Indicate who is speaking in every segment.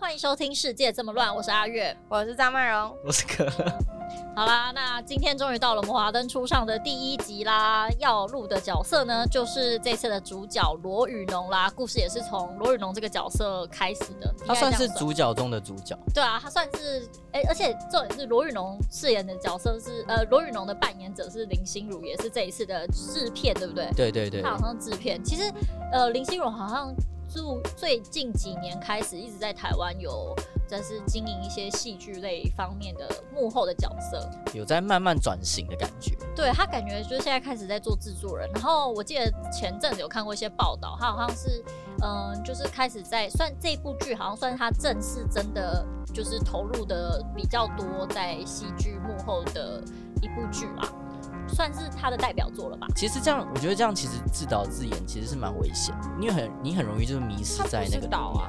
Speaker 1: 欢迎收听《世界这么乱》，我是阿月。
Speaker 2: 我是张曼荣，
Speaker 3: 我是可乐，
Speaker 1: 好啦，那今天终于到了我们华灯初上的第一集啦。要录的角色呢，就是这次的主角罗宇农啦。故事也是从罗宇农这个角色开始的，应
Speaker 3: 他
Speaker 1: 该这样
Speaker 3: 算是
Speaker 1: 算
Speaker 3: 主角中的主角。
Speaker 1: 对啊，他算是哎、而且重点是罗宇农饰演的角色是呃，罗宇农的扮演者是林心如，也是这一次的制片，对不对？
Speaker 3: 对对对
Speaker 1: 他，好像制片，其实呃，林心如好像就最近几年开始一直在台湾有，就是经营一些戏剧类方面的幕后的角色。
Speaker 3: 有在慢慢转型的感觉。
Speaker 1: 对他感觉就是现在开始在做制作人，然后我记得前阵子有看过一些报道，他好像是嗯、呃就是开始在算这部剧好像算是他正式真的就是投入的比较多在戏剧幕后的一部剧啦，算是他的代表作了吧。
Speaker 3: 其实这样，我觉得这样其实自导自演其实是蛮危险的，因为很你很容易就是迷失
Speaker 2: 他不
Speaker 3: 在那
Speaker 2: 是
Speaker 3: 个
Speaker 2: 导啊。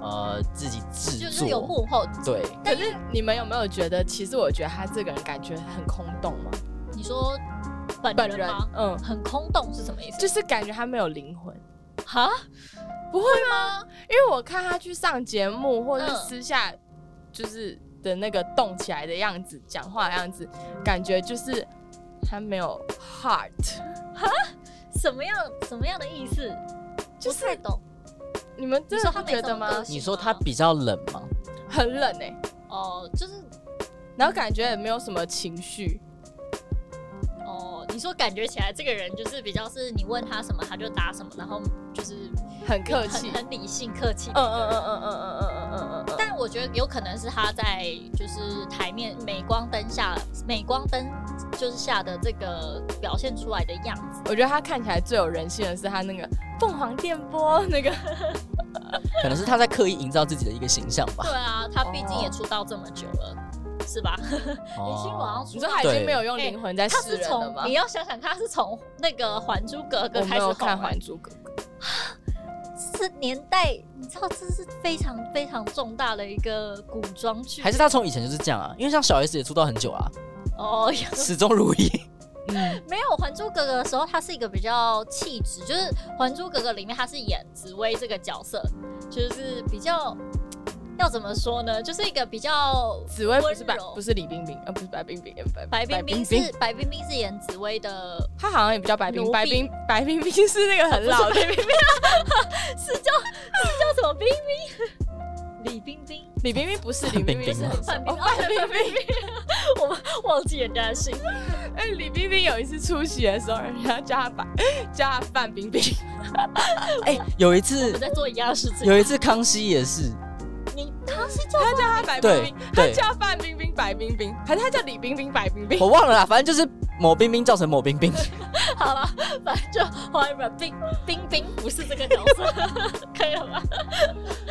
Speaker 3: 呃自己制
Speaker 1: 就是有
Speaker 3: 作。
Speaker 1: 幕后，
Speaker 3: 对，
Speaker 2: 可是你们有没有觉得，其实我觉得他这个人感觉很空洞吗？
Speaker 1: 你说本
Speaker 2: 本
Speaker 1: 人
Speaker 2: 人
Speaker 1: 吗？，
Speaker 2: 嗯，
Speaker 1: 很空洞是什么意思？
Speaker 2: 就是感觉他没有灵魂。
Speaker 1: 哈，
Speaker 2: 不会吗？因为我看他去上节目，或者是
Speaker 1: 嗯
Speaker 2: 私下就是的那个动起来的样子、讲话的样子，感觉就是他没有 heart。
Speaker 1: 什么样什么样的意思？
Speaker 2: 就
Speaker 1: 不太
Speaker 2: 是
Speaker 1: 懂
Speaker 2: 你们真
Speaker 1: 你
Speaker 2: 的
Speaker 1: 说他
Speaker 2: 不
Speaker 1: 没
Speaker 2: 觉
Speaker 1: 什
Speaker 2: 得
Speaker 1: 么
Speaker 2: 吗
Speaker 1: 个？性
Speaker 3: 你说他比较冷吗？
Speaker 2: 很冷哎、
Speaker 1: 哦，就是
Speaker 2: 然后感觉也没有什么情绪。
Speaker 1: 哦，你说感觉起来这个人就是比较是你问他什么他就答什么，然后就是
Speaker 2: 很客气
Speaker 1: 很很理性客气
Speaker 2: 嗯嗯嗯嗯嗯嗯嗯嗯。嗯嗯嗯嗯。
Speaker 1: 但我觉得有可能是他在就是台面镁光灯下，镁光灯就是下的这个表现出来的样子，
Speaker 2: 我觉得他看起来最有人性的是他那个凤凰电波那个，
Speaker 3: 可能是他在刻意营造自己的一个形象 吧
Speaker 1: 对。啊，他毕竟也出道这么久了，是吧？林心如好像
Speaker 2: 你
Speaker 1: 出
Speaker 2: 说
Speaker 1: 道
Speaker 3: 哦
Speaker 2: 他已经没有用灵魂在
Speaker 1: 哎他
Speaker 2: 示
Speaker 1: 是
Speaker 2: 人了
Speaker 1: 从
Speaker 2: 吗
Speaker 1: 你？要想想看，他是从那个《还珠格格》
Speaker 2: 我
Speaker 1: 开
Speaker 2: 没
Speaker 1: 始
Speaker 2: 有
Speaker 1: 红
Speaker 2: 看《
Speaker 1: 欸
Speaker 2: 还珠格格》，
Speaker 1: 是年代，你知道这是非常非常重大的一个古装剧，
Speaker 3: 还是他从以前就是这样啊？因为像小 S 也出道很久啊，
Speaker 1: 哦，有
Speaker 3: 始终如一。
Speaker 2: 嗯，
Speaker 1: 没有《还珠格格》的时候，他是一个比较气质，就是《还珠格格》里面他是演紫薇这个角色，就是比较要怎么说呢，就是一个比较
Speaker 2: 紫薇不是白
Speaker 1: 温柔，
Speaker 2: 不是李冰冰，呃，不是白冰冰，白
Speaker 1: 白冰冰
Speaker 2: 冰
Speaker 1: 是，白冰冰是演紫薇的，
Speaker 2: 她好像也不叫白
Speaker 1: 奴婢
Speaker 2: 冰，白冰白冰冰是那个很老的
Speaker 1: 是叫是叫什么冰冰？李冰冰。
Speaker 2: 李冰冰，不是李冰冰是很
Speaker 1: 范
Speaker 2: 范
Speaker 1: 冰冰
Speaker 2: 冰哦范冰冰。
Speaker 1: 我们忘记人家的姓，
Speaker 2: 哎，李冰冰有一次出席的时候，人家叫她白，叫她范冰冰，
Speaker 3: 哎、有一
Speaker 1: 我
Speaker 3: 次，
Speaker 1: 在做一样的事情。
Speaker 3: 有一次康熙也是，
Speaker 1: 你他是叫
Speaker 2: 她叫她白冰
Speaker 3: 对
Speaker 2: 冰，她
Speaker 3: 对，
Speaker 2: 叫范冰冰白冰冰，还是她叫李冰冰白冰冰？
Speaker 3: 我忘了啦，反正就是某冰冰叫成某冰冰。
Speaker 1: 好了，反正就黄一本冰冰冰不是这个角色， 可以了吧？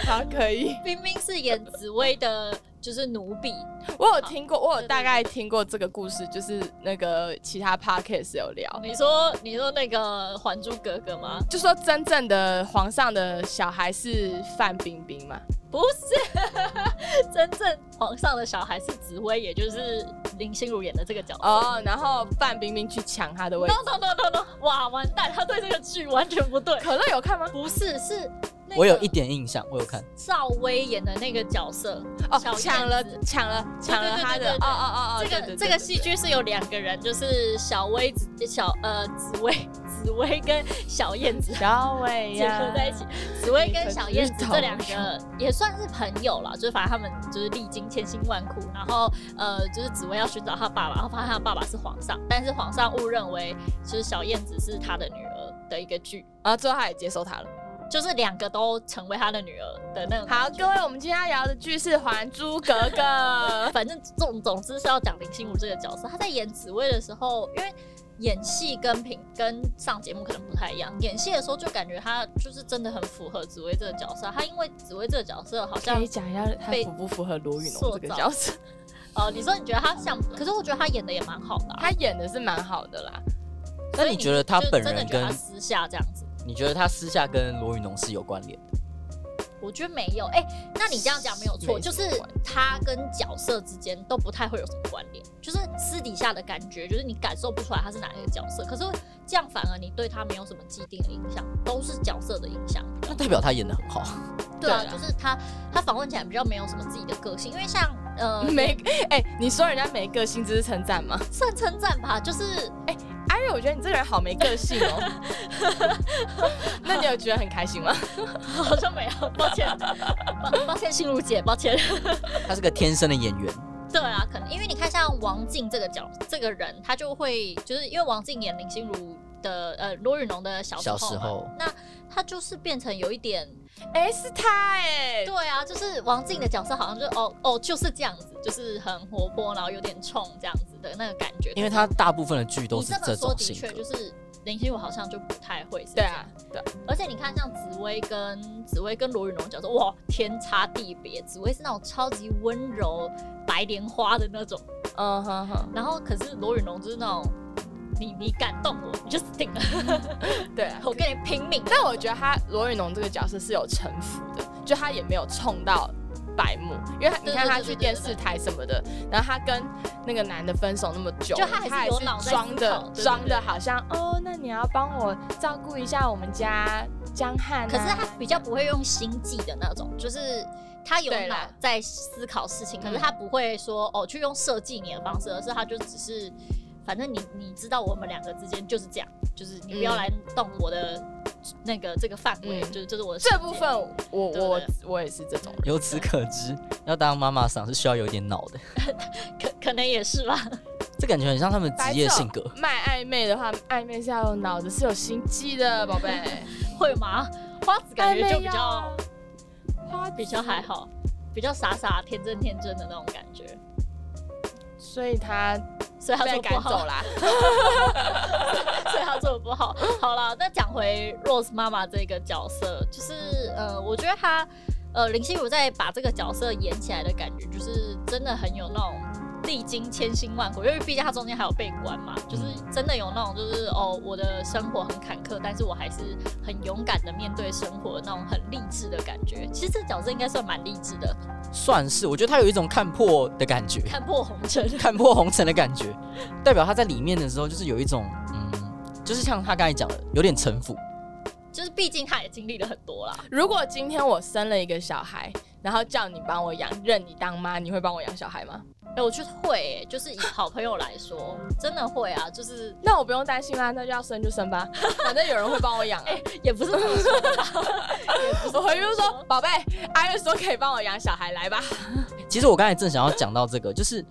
Speaker 2: 好，可以。
Speaker 1: 冰冰是演紫薇的，就是奴婢。
Speaker 2: 我有听过，我有大概听过这个故事，就是那个其他 podcast 有聊，
Speaker 1: 哦你说你说那个《还珠格格》吗？
Speaker 2: 就说真正的皇上的小孩是范冰冰嘛，
Speaker 1: 不是， 真正皇上的小孩是紫薇，也就是林心如演的这个角色。
Speaker 2: 哦，然后范冰冰去抢他的位置
Speaker 1: no。no no no no！哇，完蛋，他对这个剧完全不对。
Speaker 2: 可乐有看吗？
Speaker 1: 不是，是、那个
Speaker 3: 我有一点印象，我有看。
Speaker 1: 赵薇演的那个角色。
Speaker 2: 哦
Speaker 1: 小燕，子
Speaker 2: 抢了，抢了，抢了他
Speaker 1: 对对
Speaker 2: 的
Speaker 1: 对对对，
Speaker 2: 哦哦哦哦，
Speaker 1: 这
Speaker 2: 对
Speaker 1: 个这个戏，剧是有两个人，就是小薇子小呃紫薇紫薇跟小燕子
Speaker 2: 对对对对啊小伟
Speaker 1: 结
Speaker 2: 哎呀，
Speaker 1: 合在一起，紫薇跟小燕
Speaker 2: 你
Speaker 1: 子
Speaker 2: 可知道
Speaker 1: 这两个也算是朋友啦，就是反正他们就是历经千辛万苦，然后呃，就是紫薇要寻找她爸爸，然后发现她爸爸是皇上，但是皇上误认为就是小燕子是他的女儿的一个剧，
Speaker 2: 然后哦最后他也接受他了。
Speaker 1: 就是两个都成为他的女儿的那种。，
Speaker 2: 好，各位，我们今天要聊的剧是《还珠格格》
Speaker 1: 反正总总之是要讲林心如这个角色，她在演紫薇的时候，因为演戏跟平跟上节目可能不太一样，演戏的时候就感觉她就是真的很符合紫薇这个角色。她因为紫薇这个角色好像
Speaker 2: 可以讲一下他
Speaker 1: 被
Speaker 2: 符不符合罗云龙
Speaker 1: 塑
Speaker 2: 这个
Speaker 1: 造
Speaker 2: 角色？
Speaker 1: 哦，你说你觉得她像，可是我觉得她演的也蛮好的、啊。
Speaker 2: 他演的是蛮好的啦，
Speaker 3: 那你觉得他
Speaker 1: 就
Speaker 3: 本
Speaker 1: 真的
Speaker 3: 人
Speaker 1: 觉得
Speaker 3: 跟
Speaker 1: 她私下这样子？
Speaker 3: 你觉得他私下跟罗云龙是有关联的？
Speaker 1: 我觉得没有。哎、那你这样讲没有错，欸
Speaker 2: 没
Speaker 1: 就
Speaker 2: 什么
Speaker 1: 是她跟角色之间都不太会有什么关联，就是私底下的感觉，就是你感受不出来她是哪一个角色。可是这样反而你对她没有什么既定的影响，都是角色的影响。
Speaker 3: 那代表他演的很好。
Speaker 1: 对啊，
Speaker 2: 对啊
Speaker 1: 就是他他访问起来比较没有什么自己的个性，因为像 呃
Speaker 2: 没哎、你说人家没个性，这是称赞吗？
Speaker 1: 算称赞吧，就是
Speaker 2: 阿瑞，我觉得你这个人好没个性哦。 那你有觉得很开心吗？
Speaker 1: 好像没有，抱歉， 抱抱歉，心如姐，抱歉。
Speaker 3: 他是个天生的演 员，
Speaker 1: 对啊，可能因为你看像王静这个角这个人，他就会就是因为王静演林心如的呃罗宇农的小时候嘛，
Speaker 3: 小时候
Speaker 1: 那他就是变成有一点
Speaker 2: 哎、是他哎、
Speaker 1: 对啊，就是王静的角色好像就哦哦就是这样子，就是很活泼，然后有点冲这样子的那个感觉。
Speaker 3: 因为他大部分的剧都
Speaker 1: 你
Speaker 3: 是
Speaker 1: 这么
Speaker 3: 这
Speaker 1: 说
Speaker 3: 种
Speaker 1: 的
Speaker 3: 性
Speaker 1: 确
Speaker 3: 格
Speaker 1: 就。是林心如好像就不太会是这
Speaker 2: 对
Speaker 1: 样
Speaker 2: 啊，对啊，
Speaker 1: 而且你看，像紫薇跟紫薇跟罗云龙角色，哇，天差地别。紫薇是那种超级温柔白莲花的那种，
Speaker 2: 嗯哼哼，
Speaker 1: 然后可是罗云龙就是那种，你你敢动我，你就死定 了，
Speaker 2: 对啊。
Speaker 1: 我跟你拼命。
Speaker 2: 但我觉得他罗云龙这个角色是有城府的，就他也没有冲到白目，因为他
Speaker 1: 对
Speaker 2: 你看
Speaker 1: 对
Speaker 2: 他
Speaker 1: 对对
Speaker 2: 去
Speaker 1: 对
Speaker 2: 电视台什么的，然后他跟那个男的分手那么久，
Speaker 1: 就他还是
Speaker 2: 还
Speaker 1: 有脑在思考
Speaker 2: 装的
Speaker 1: 对对
Speaker 2: 装的
Speaker 1: 对
Speaker 2: 好像哦，那你要帮我照顾一下我们家江汉、啊，
Speaker 1: 可是他比较不会用心计的那种，就是他有
Speaker 2: 对
Speaker 1: 脑
Speaker 2: 啦
Speaker 1: 在思考事情，可是
Speaker 2: 嗯
Speaker 1: 他不会说哦去用设计你的方式，而是他就只是，反正你你知道我们两个之间就是这样，就是你不要
Speaker 2: 嗯
Speaker 1: 来动我的那个这个范围，
Speaker 2: 嗯
Speaker 1: 就是这是我的
Speaker 2: 这
Speaker 1: 世
Speaker 2: 部
Speaker 1: 界
Speaker 2: 分我
Speaker 1: 对
Speaker 2: 我
Speaker 1: 对
Speaker 2: 我也是这种人，
Speaker 3: 由此可知，要当妈妈桑是需要有点脑的，
Speaker 1: 可可能也是吧。
Speaker 3: 这感觉很像他们职业
Speaker 1: 哦
Speaker 3: 性格。
Speaker 2: 卖暧昧的话，暧昧是要有脑子，是有心机 的，宝贝。
Speaker 1: 会吗？花子感觉就比
Speaker 2: 暧昧
Speaker 1: 较
Speaker 2: 啊花
Speaker 1: 比较还，好，比较傻傻天真天真的那种感觉，
Speaker 2: 所以他
Speaker 1: 所以他
Speaker 2: 被
Speaker 1: 做不
Speaker 2: 赶走
Speaker 1: 好，
Speaker 2: 啦。
Speaker 1: 所以他做的不好。好了，那讲回 Rose 妈妈这个角色，就是呃，我觉得她呃林心如在把这个角色演起来的感觉，就是真的很有那种。历经千辛万苦，因为毕竟她中间还有被关嘛，
Speaker 2: 嗯
Speaker 1: 就是真的有那种，就是哦，我的生活很坎坷，但是我还是很勇敢的面对生活，那种很励志的感觉。其实这个角色应该算蛮励志的，
Speaker 3: 算是，我觉得他有一种看破的感觉，
Speaker 1: 看破红尘。
Speaker 3: 看破红尘的感觉，代表他在里面的时候就是有一种，嗯，就是像他刚才讲的，有点城府。
Speaker 1: 就是毕竟他也经历了很多啦，
Speaker 2: 如果今天我生了一个小孩，然后叫你帮我养，认你当妈，你会帮我养小孩吗？
Speaker 1: 哎、我觉得会欸、就是以好朋友来说，真的会啊，就是
Speaker 2: 那我不用担心啦，那就要生就 生吧，反正有人会帮我养、啊。
Speaker 1: 也不是这么说的 啦，也哎不是这么
Speaker 2: 我回去就说，宝贝，阿月说可以帮我养小孩，来吧。
Speaker 3: 其实我刚才正想要讲到这个，就是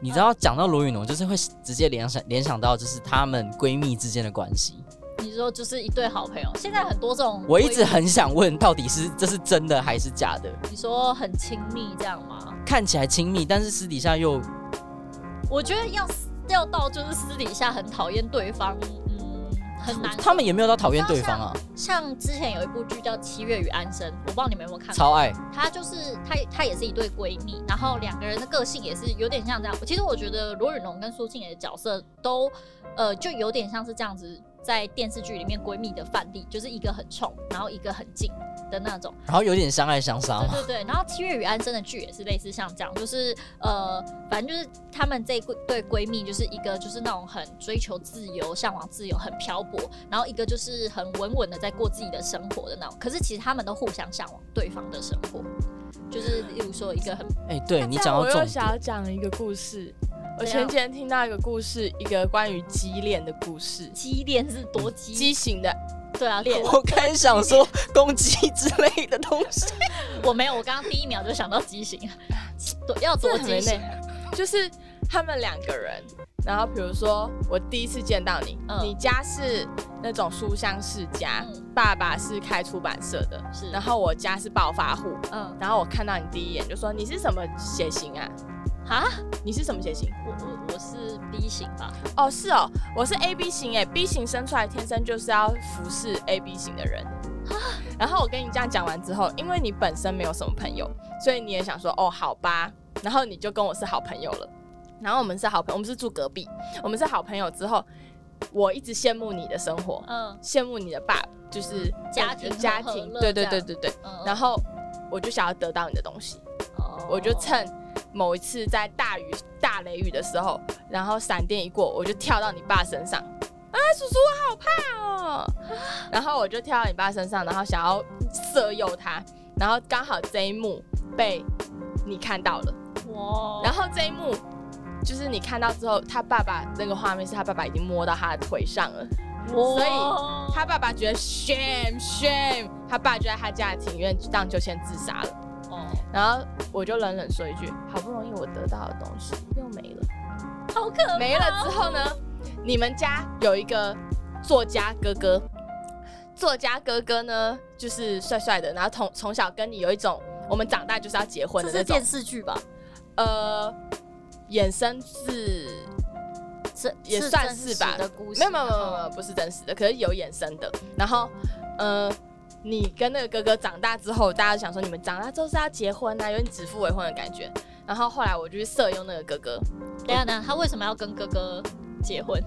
Speaker 3: 你知道讲到罗宇农，就是会直接联想联想到就是她们闺蜜之间的关系。
Speaker 1: 你说就是一对好朋友，现在很多这种，
Speaker 3: 我一直很想问，到底是这是真的还是假的？
Speaker 1: 你说很亲密这样吗？
Speaker 3: 看起来亲密，但是私底下又
Speaker 1: 我觉得要要到就是私底下很讨厌对方，嗯，很难。
Speaker 3: 他们也没有到讨厌对方啊，
Speaker 1: 像之前有一部剧叫《七月与安生》，我不知道你们有没有看过。
Speaker 3: 超爱。
Speaker 1: 她就是她，她也是一对闺蜜，然后两个人的个性也是有点像这样。其实我觉得罗允龙跟苏庆也的角色都，呃，就有点像是这样子，在电视剧里面闺蜜的范例，就是一个很冲，然后一个很近的那种。
Speaker 3: 然后有点相爱相杀
Speaker 2: 哦
Speaker 3: 嘛。
Speaker 1: 对对对，然后《七月与安生》的剧也是类似像这样，就是呃，反正就是她们这一对闺蜜，就是一个就是那种很追求自由、向往自由、很漂泊，然后一个就是很稳稳的在过自己的生活的那种。可是其实她们都互相向往对方的生活，就是例如说一个很
Speaker 3: 哎、对你讲到
Speaker 2: 我又
Speaker 3: 重
Speaker 2: 想要
Speaker 3: 点，
Speaker 2: 讲一个故事。我
Speaker 1: 怎样
Speaker 2: 前几天听到一个故事，一个关于畸恋的故事，
Speaker 1: 畸恋是多畸，
Speaker 2: 畸形的，
Speaker 1: 对啊，恋。
Speaker 3: 我刚才想说攻击之类的东西，
Speaker 1: 我没有，我刚刚第一秒就想到畸形，多要多
Speaker 2: 这很
Speaker 1: 畸
Speaker 2: 没
Speaker 1: 形，
Speaker 2: 就是他们两个人。然后比如说，我第一次见到你，
Speaker 1: 嗯
Speaker 2: 你家是那种书香世家，
Speaker 1: 嗯
Speaker 2: 爸爸是开出版社的，
Speaker 1: 是，
Speaker 2: 然后我家是暴发户。
Speaker 1: 嗯，
Speaker 2: 然后我看到你第一眼就说你是什么血型啊？
Speaker 1: 哈，
Speaker 2: 你是什么血型？
Speaker 1: 我我我是 B 型吧，
Speaker 2: 哦，是哦，我是 A B 型诶，B 欸型生出来天生就是要服侍 A B 型的人。
Speaker 1: 啊
Speaker 2: 然后我跟你这样讲完之后，因为你本身没有什么朋友，所以你也想说哦，好吧，然后你就跟我是好朋友了。然后我们是好朋友，我们是住隔壁，我们是好朋友之后，我一直羡慕你的生活，
Speaker 1: 嗯
Speaker 2: 羡慕你的爸，就是
Speaker 1: 家庭很
Speaker 2: 家
Speaker 1: 和
Speaker 2: 庭，
Speaker 1: 乐
Speaker 2: 对对
Speaker 1: 这样
Speaker 2: 对对对。
Speaker 1: 嗯，
Speaker 2: 然后我就想要得到你的东西，
Speaker 1: 哦
Speaker 2: 我就趁某一次在大雨、大雷雨的时候，然后闪电一过，我就跳到你爸身上。啊，叔叔，我好怕哦！然后我就跳到你爸身上，然后想要色诱他，然后刚好这一幕被你看到了，
Speaker 1: 哇，
Speaker 2: 然后这一幕就是你看到之后，他爸爸那个画面是他爸爸已经摸到他的腿上了，
Speaker 1: 哇
Speaker 2: 所以他爸爸觉得 shame shame，他爸就在他家的庭院荡秋千自杀了。
Speaker 1: 哦，
Speaker 2: 然后我就冷冷说一句：“好不容易我得到的东西又没了。”
Speaker 1: 好可怕，
Speaker 2: 没了之后呢，你们家有一个作家哥哥，作家哥哥呢就是帅帅的，然后从从小跟你有一种我们长大就是要结婚
Speaker 1: 这是
Speaker 2: 的那种
Speaker 1: 电，视剧吧？
Speaker 2: 呃，衍生自
Speaker 1: 这
Speaker 2: 也
Speaker 1: 是
Speaker 2: 算
Speaker 1: 真
Speaker 2: 是
Speaker 1: 实
Speaker 2: 吧
Speaker 1: 的故事，
Speaker 2: 没有没有没
Speaker 1: 然
Speaker 2: 有
Speaker 1: 后
Speaker 2: 没有不是真实的，可是有衍生的。然后，呃，你跟那个哥哥长大之后，大家想说你们长大之后是要结婚啊，有点指腹为婚的感觉。然后后来我就去色诱那个哥哥，
Speaker 1: 等一下，等一下，他为什么要跟哥哥结婚？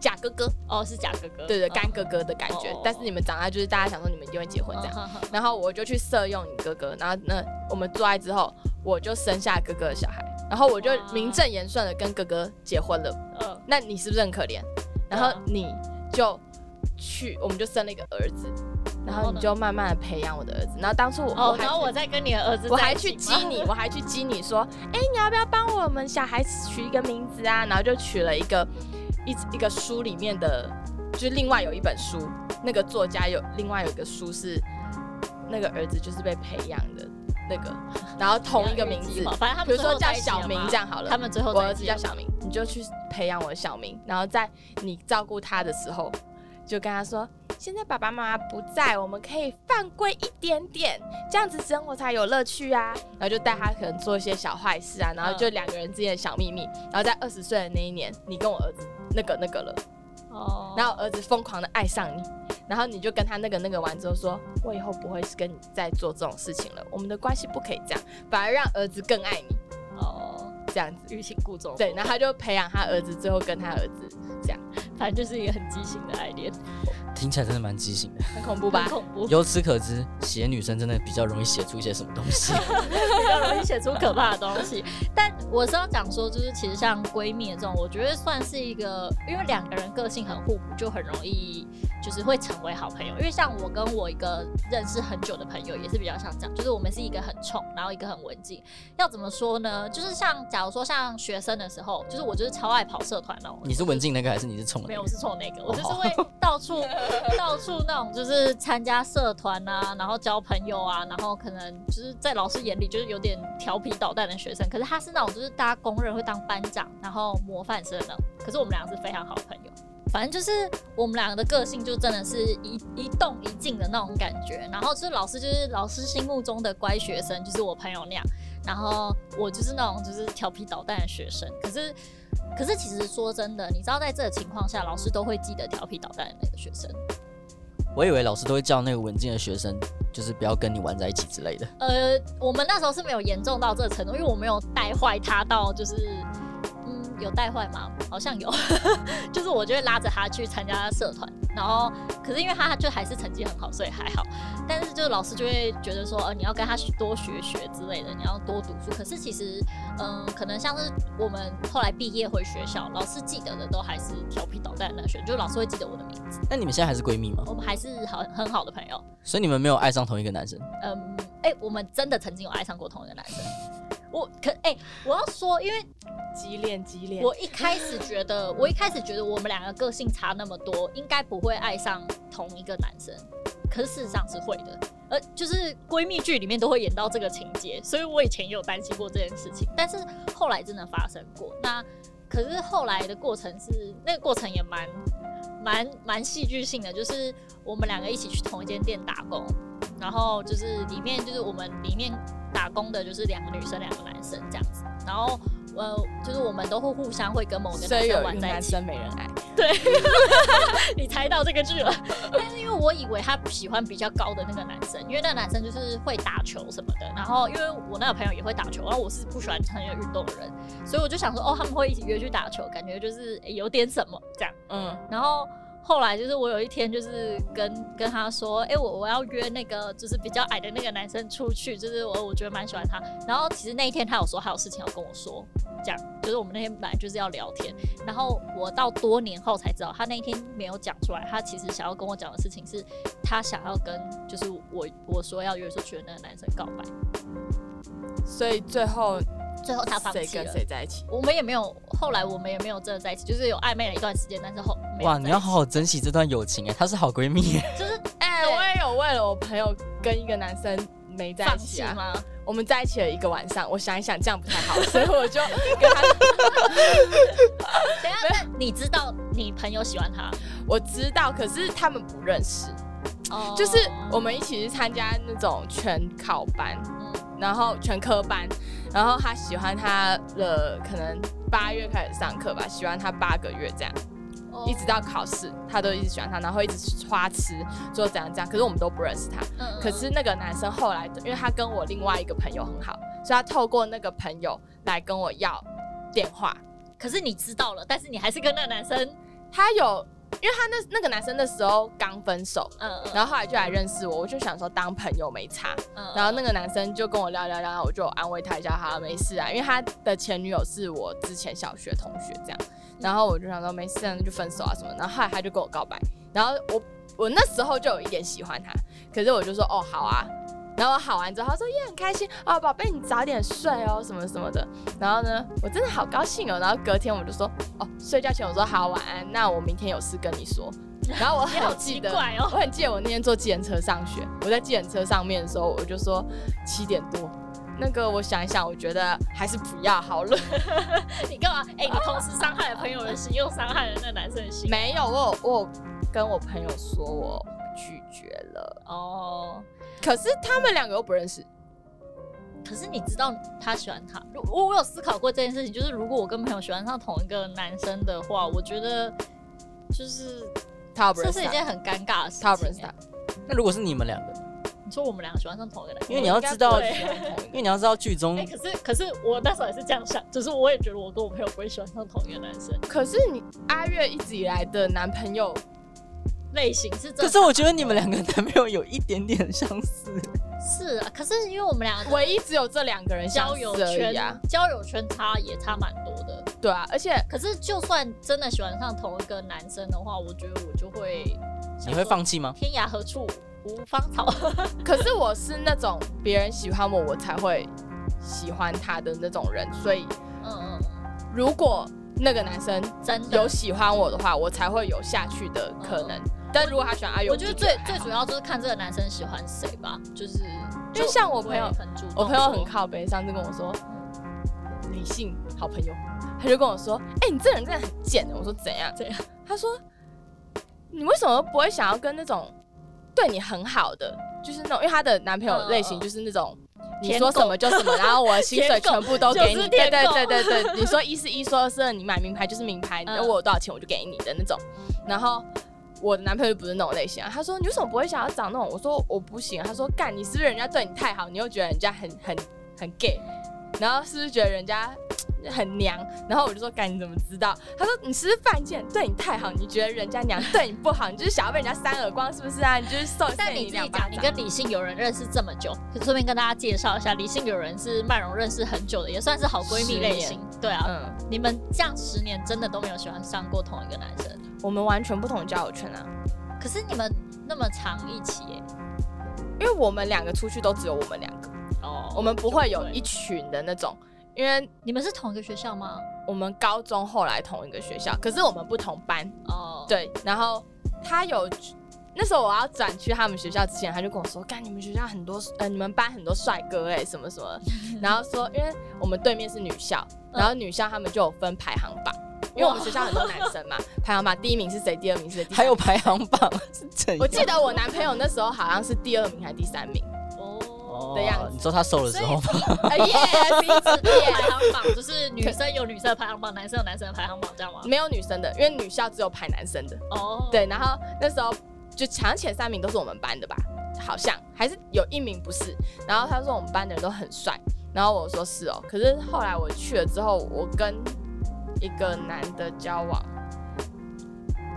Speaker 2: 假哥哥，
Speaker 1: 哦，是假哥哥，
Speaker 2: 对对，
Speaker 1: 嗯
Speaker 2: 干哥哥的感觉。
Speaker 1: 哦哦哦
Speaker 2: 但是你们长大就是大家想说你们一定会结婚这样。
Speaker 1: 嗯哼哼
Speaker 2: 然后我就去色诱你哥哥，然后呢，我们做爱之后，我就生下哥哥的小孩，然后我就
Speaker 1: 哇
Speaker 2: 名正言顺的跟哥哥结婚了。
Speaker 1: 嗯，
Speaker 2: 那你是不是很可怜？然后
Speaker 1: 啊
Speaker 2: 你就去，我们就生了一个儿子，然
Speaker 1: 然后
Speaker 2: 后
Speaker 1: 呢
Speaker 2: 你就慢慢的培养我的儿子。然后当初我、
Speaker 1: 哦
Speaker 2: 我，还
Speaker 1: 然后我再跟你的儿子在一起吗，
Speaker 2: 我还去激你，我还去激你说，哎、你要不要帮我们小孩取一个名字啊？然后就取了一个一一个书里面的，就是另外有一本书，那个作家有另外有一个书是那个儿子就是被培养的那个，然后同一 个名字
Speaker 1: 不要预计嘛，反正他
Speaker 2: 比
Speaker 1: 们
Speaker 2: 如
Speaker 1: 最
Speaker 2: 说
Speaker 1: 后
Speaker 2: 叫
Speaker 1: 在一起了嘛
Speaker 2: 小明这样好了，
Speaker 1: 他们最后
Speaker 2: 我
Speaker 1: 在一
Speaker 2: 儿
Speaker 1: 起
Speaker 2: 子
Speaker 1: 了
Speaker 2: 叫小明，你就去培养我的小明，然后在你照顾他的时候，就跟他说，现在爸爸妈妈不在，我们可以犯规一点点，这样子生活才有乐趣啊。然后就带他可能做一些小坏事
Speaker 1: 嗯
Speaker 2: 啊，然后就两个人之间的小秘密。然后在二十岁的那一年，你跟我儿子那个那个了，
Speaker 1: 哦，
Speaker 2: 然后儿子疯狂的爱上你，然后你就跟他那个那个完之后说，我以后不会跟你再做这种事情了，我们的关系不可以这样，反而让儿子更爱你
Speaker 1: 哦，
Speaker 2: 这样子。
Speaker 1: 欲擒故纵，
Speaker 2: 对，然后他就培养他儿子，最后跟他儿子这样，
Speaker 1: 反正就是一个很畸形的爱恋，
Speaker 3: 听起来真的蛮畸形的。
Speaker 2: 很恐怖
Speaker 1: 很
Speaker 2: 吧？
Speaker 1: 恐怖，
Speaker 3: 由此可知，写女生真的比较容易写出一些什么东 西。
Speaker 1: 比较容易写出可怕的东西。但我是要讲说，就是其实像闺蜜这种，我觉得算是一个，因为两个人个性很互补，就很容易就是会成为好朋友。因为像我跟我一个认识很久的朋友也是比较像这样，就是我们是一个很冲，然后一个很文静。要怎么说呢？就是像假如说像学生的时候，就是我就是超爱跑社团哦。
Speaker 3: 你是文静那个还是你是冲的
Speaker 1: 没
Speaker 3: 那
Speaker 1: 有，我？
Speaker 3: 个哦
Speaker 1: 是冲那个，我就是会到处到处那种，就是参加社团啊，然后交朋友啊，然后可能就是在老师眼里就是有点调皮捣蛋的学生，可是他是那种就是大家公认会当班长，然后模范生的那种，可是我们俩是非常好的朋友。反正就是我们两个的个性就真的是一一动一静的那种感觉，然后就是老师就是老师心目中的乖学生，就是我朋友那样，然后我就是那种就是调皮捣蛋的学生，可是可是其实说真的，你知道在这个情况下，老师都会记得调皮捣蛋的那个学生。
Speaker 3: 我以为老师都会叫那个文静的学生，就是不要跟你玩在一起之类的。
Speaker 1: 呃，我们那时候是没有严重到这个程度，因为我没有带坏他到就是，嗯，有带坏吗？好像有， 就是我就会拉着他去参加社团，然后可是因为他就还是成绩很好，所以还好。但是就是老师就会觉得说，呃，你要跟他多学学之类的，你要多读书。可是其实，嗯、可能像是我们后来毕业回学校，老师记得的都还是调皮捣蛋的那学生，就是老师会记得我的名字，
Speaker 3: 那你们现在还是闺蜜吗？
Speaker 1: 我们还是好很好的朋友。
Speaker 3: 所以你们没有爱上同一个男生？
Speaker 1: 嗯，哎、我们真的曾经有爱上过同一个男生。 我可哎、我要说，因为
Speaker 2: 激恋激恋，
Speaker 1: 我一开始觉得，我一开始觉得我们两个个性差那么多，应该不会爱上同一个男生。可是事实上是会的，呃，就是闺蜜剧里面都会演到这个情节，所以我以前也有担心过这件事情，但是后来真的发生过。那可是后来的过程是，那个过程也蛮蛮蛮戏剧性的，就是我们两个一起去同一间店打工，然后就是里面就是我们里面打工的就是两个女生两个男生这样子，然后呃就是我们都会互相会跟某个
Speaker 2: 所
Speaker 1: 男
Speaker 2: 以有
Speaker 1: 生
Speaker 2: 一个
Speaker 1: 玩在一
Speaker 2: 男
Speaker 1: 起，
Speaker 2: 生没人爱，
Speaker 1: 你猜到这个剧了， 但是因为我以为他喜欢比较高的那个男生，因为那个男生就是会打球什么的，然后因为我那个朋友也会打球，然后我是不喜欢很有运动的人，所以我就想说哦他们会一起约去打球，感觉就是诶有点什么这样。
Speaker 2: 嗯，
Speaker 1: 然后后来就是我有一天就是跟跟他说，哎、我我要约那个就是比较矮的那个男生出去，就是我我觉得蛮喜欢他。然后其实那一天他有说还有事情要跟我说，这样就是我们那天本来就是要聊天。然后我到多年后才知道，他那一天没有讲出来，他其实想要跟我讲的事情是，他想要跟就是我我说要约出去的那个男生告白。
Speaker 2: 所以最后
Speaker 1: 最后他放
Speaker 2: 谁
Speaker 1: 弃
Speaker 2: 跟
Speaker 1: 了。
Speaker 2: 谁在一起？
Speaker 1: 我们也没有，后来我们也没有真的在一起，就是有暧昧了一段时间，但是后没有
Speaker 3: 哇，
Speaker 1: 在一起
Speaker 3: 你要好好珍惜这段友情哎，她是好闺蜜哎，
Speaker 1: 就是
Speaker 2: 哎、
Speaker 1: 对
Speaker 2: 我也有为了我朋友跟一个男生没在
Speaker 1: 放
Speaker 2: 一起
Speaker 1: 弃
Speaker 2: 啊，
Speaker 1: 吗？
Speaker 2: 我们在一起了一个晚上，我想一想这样不太好， 所以我就跟他，
Speaker 1: 等一下，那你知道你朋友喜欢他，
Speaker 2: 我知道，可是他们不认识，
Speaker 1: 哦
Speaker 2: 就是我们一起去参加那种全考班，
Speaker 1: 嗯
Speaker 2: 然后全科班，然后他喜欢他了，可能八月开始上课吧，喜欢他八个月这样，
Speaker 1: 哦
Speaker 2: 一直到考试，他都一直喜欢他，然后一直花痴，说怎样怎样，可是我们都不认识他。
Speaker 1: 嗯嗯
Speaker 2: 可是那个男生后来，因为他跟我另外一个朋友很好，所以他透过那个朋友来跟我要电话。
Speaker 1: 嗯可是你知道了，但是你还是跟那个男生，
Speaker 2: 他有，因为他那那个男生那时候刚分手，
Speaker 1: 嗯嗯
Speaker 2: 然后后来就来认识我，我就想说当朋友没差。
Speaker 1: 嗯
Speaker 2: 然后那
Speaker 1: 个
Speaker 2: 个男生就跟我聊聊聊，然后我就安慰他一下，好、没事啊，因为他的前女友是我之前小学同学这样，
Speaker 1: 嗯
Speaker 2: 然后我就想说没事啊，那就分手啊什么，然后后来他就跟我告白，然后我我那时候就有一点喜欢他，可是我就说哦好啊，然后好完之后他说也很开心哦，宝贝你早点睡哦什么什么的，然后呢我真的好高兴哦，然后隔天我就说哦睡觉前我说好晚安，那我明天有事跟你 说，然后我
Speaker 1: 你好
Speaker 2: 很记
Speaker 1: 奇
Speaker 2: 得。
Speaker 1: 怪
Speaker 2: 我
Speaker 1: 哦，
Speaker 2: 很记得我那天坐计程车上学，我在计程车上面的时候，我就说七点多，那个我想一想，我觉得还是不要 好了。
Speaker 1: 你干嘛？哎、你同时伤害了朋友的心，又伤害了那个男生的心，
Speaker 2: 没有，我有我有跟我朋友说我拒绝了，
Speaker 1: 哦。
Speaker 2: 可是他们两个又不认识，
Speaker 1: 可是你知道他喜欢他，如我我有思考过这件事情，就是如果我跟朋友喜欢上同一个男生的话，我觉得就是
Speaker 2: 他又不
Speaker 1: 这
Speaker 2: 认识
Speaker 1: 是一
Speaker 2: 他，
Speaker 1: 件很尴尬的事情、欸
Speaker 2: 他又不认识他，
Speaker 3: 那如果是你们两个，
Speaker 1: 你说我们两个喜欢上同一个男生，
Speaker 3: 因为你要知道
Speaker 2: 我应该不会喜欢同一
Speaker 3: 因
Speaker 2: 个
Speaker 3: 为你要知道剧中
Speaker 1: 哎、可是可是我那时候也是这样想，就是我也觉得我跟我朋友不会喜欢上同一个男生
Speaker 2: 可是你阿月一直以来的男朋友，
Speaker 1: 类型是真
Speaker 3: 可
Speaker 1: 的
Speaker 3: 是我觉得你们两个男朋友有一点点相似，
Speaker 1: 是啊，可是因为我们两个
Speaker 2: 唯一只有这两个人相
Speaker 1: 交
Speaker 2: 识
Speaker 1: 友
Speaker 2: 而
Speaker 1: 圈、
Speaker 2: 已啊，
Speaker 1: 交友圈差也差蛮多的。
Speaker 2: 对啊，而且
Speaker 1: 可是就算真的喜欢上同一个男生的话，我觉得我就会想
Speaker 3: 你会
Speaker 1: 说
Speaker 3: 放弃吗？
Speaker 1: 天涯何处无芳 草，
Speaker 2: 可是我是那种别人喜欢我，我才会喜欢他的那种人，所以
Speaker 1: 嗯嗯，
Speaker 2: 如果那个男生
Speaker 1: 真的
Speaker 2: 有。喜欢我的话，我才会有下去的可能。但如果他喜欢阿月，
Speaker 1: 我觉得最最主
Speaker 2: 要，
Speaker 1: 要就是看这个男生喜欢谁吧，就是
Speaker 2: 因为像我
Speaker 1: 就
Speaker 2: 朋友
Speaker 1: 不会很主动
Speaker 2: 我朋友很
Speaker 1: 说嗯
Speaker 2: 靠北，上次跟我说理性好朋友，他就跟我说：“哎、你这人真的很贱。”欸我说：“怎样
Speaker 1: 怎样？”
Speaker 2: 他说：“你为什么不会想要跟那种对你很好的，就是那种，因为她的男朋友类型
Speaker 1: 嗯嗯
Speaker 2: 就是那种。”你
Speaker 1: 舔
Speaker 2: 说
Speaker 1: 狗
Speaker 2: 什么就什么，然后我的薪水
Speaker 1: 舔狗
Speaker 2: 全部都给
Speaker 1: 就
Speaker 2: 你。
Speaker 1: 是舔
Speaker 2: 对对
Speaker 1: 狗
Speaker 2: 对对对，你说一是一，说二是二，你买名牌就是名牌，
Speaker 1: 嗯
Speaker 2: 然后我有多少钱我就给你的那种。然后我的男朋友不是那种类型啊，他说你为什么不会想要找那种？我说我不行啊、他说干，你是不是人家对你太好，你又觉得人家很很很 gay，然后是不是觉得人家很娘？然后我就说干，你怎么知道？他说你是不是犯贱，对你太好，你觉得人家娘对你不好，你就是想要被人家扇耳光，是不是啊？你就是受
Speaker 1: 但
Speaker 2: 扇
Speaker 1: 你自
Speaker 2: 两
Speaker 1: 己
Speaker 2: 巴
Speaker 1: 讲，
Speaker 2: 掌。
Speaker 1: 你跟理性友人认识这么久，就顺便跟大家介绍一下，理性友人是曼荣认识很久的，也算是好闺蜜类型。对啊，
Speaker 2: 嗯，
Speaker 1: 你们这样十年真的都没有喜欢上过同一个男生，
Speaker 2: 我们完全不同交友圈啊。
Speaker 1: 可是你们那么长一起耶、
Speaker 2: 因为我们两个出去都只有我们两个，
Speaker 1: 哦
Speaker 2: 我们不会有
Speaker 1: 就
Speaker 2: 一群的那种，因为
Speaker 1: 你们是同一个学校吗？
Speaker 2: 我们高中后来同一个学校，可是我们不同班，
Speaker 1: 哦，，
Speaker 2: 对。然后他有那时候我要转去他们学校之前，他就跟我说：“干，你们学校很多，呃，你们班很多帅哥哎、什么什么。”然后说，因为我们对面是女校，
Speaker 1: 嗯
Speaker 2: 然后女校他们就有分排行榜。因为我们学校很多男生嘛， 排行榜第一名是谁，第二名是谁，第
Speaker 3: 还
Speaker 2: 三
Speaker 3: 有
Speaker 2: 名。
Speaker 3: 排行榜是怎样？
Speaker 2: 我记得我男朋友那时候好像是第二名还是第三名，
Speaker 1: 哦，
Speaker 2: 的样子
Speaker 3: 你说他瘦的时候吗？
Speaker 2: 哎耶，第一次耶
Speaker 1: 排，行榜就是女生有女生的排行榜，男生有男生的排行榜，这样吗？
Speaker 2: 没有女生的，因为女校只有排男生的。
Speaker 1: 哦，，
Speaker 2: 对，然后那时候就抢前三名都是我们班的吧，好像还是有一名不是。然后他说我们班的人都很帅，然后我说是哦。可是后来我去了之后，我跟一个男的交往，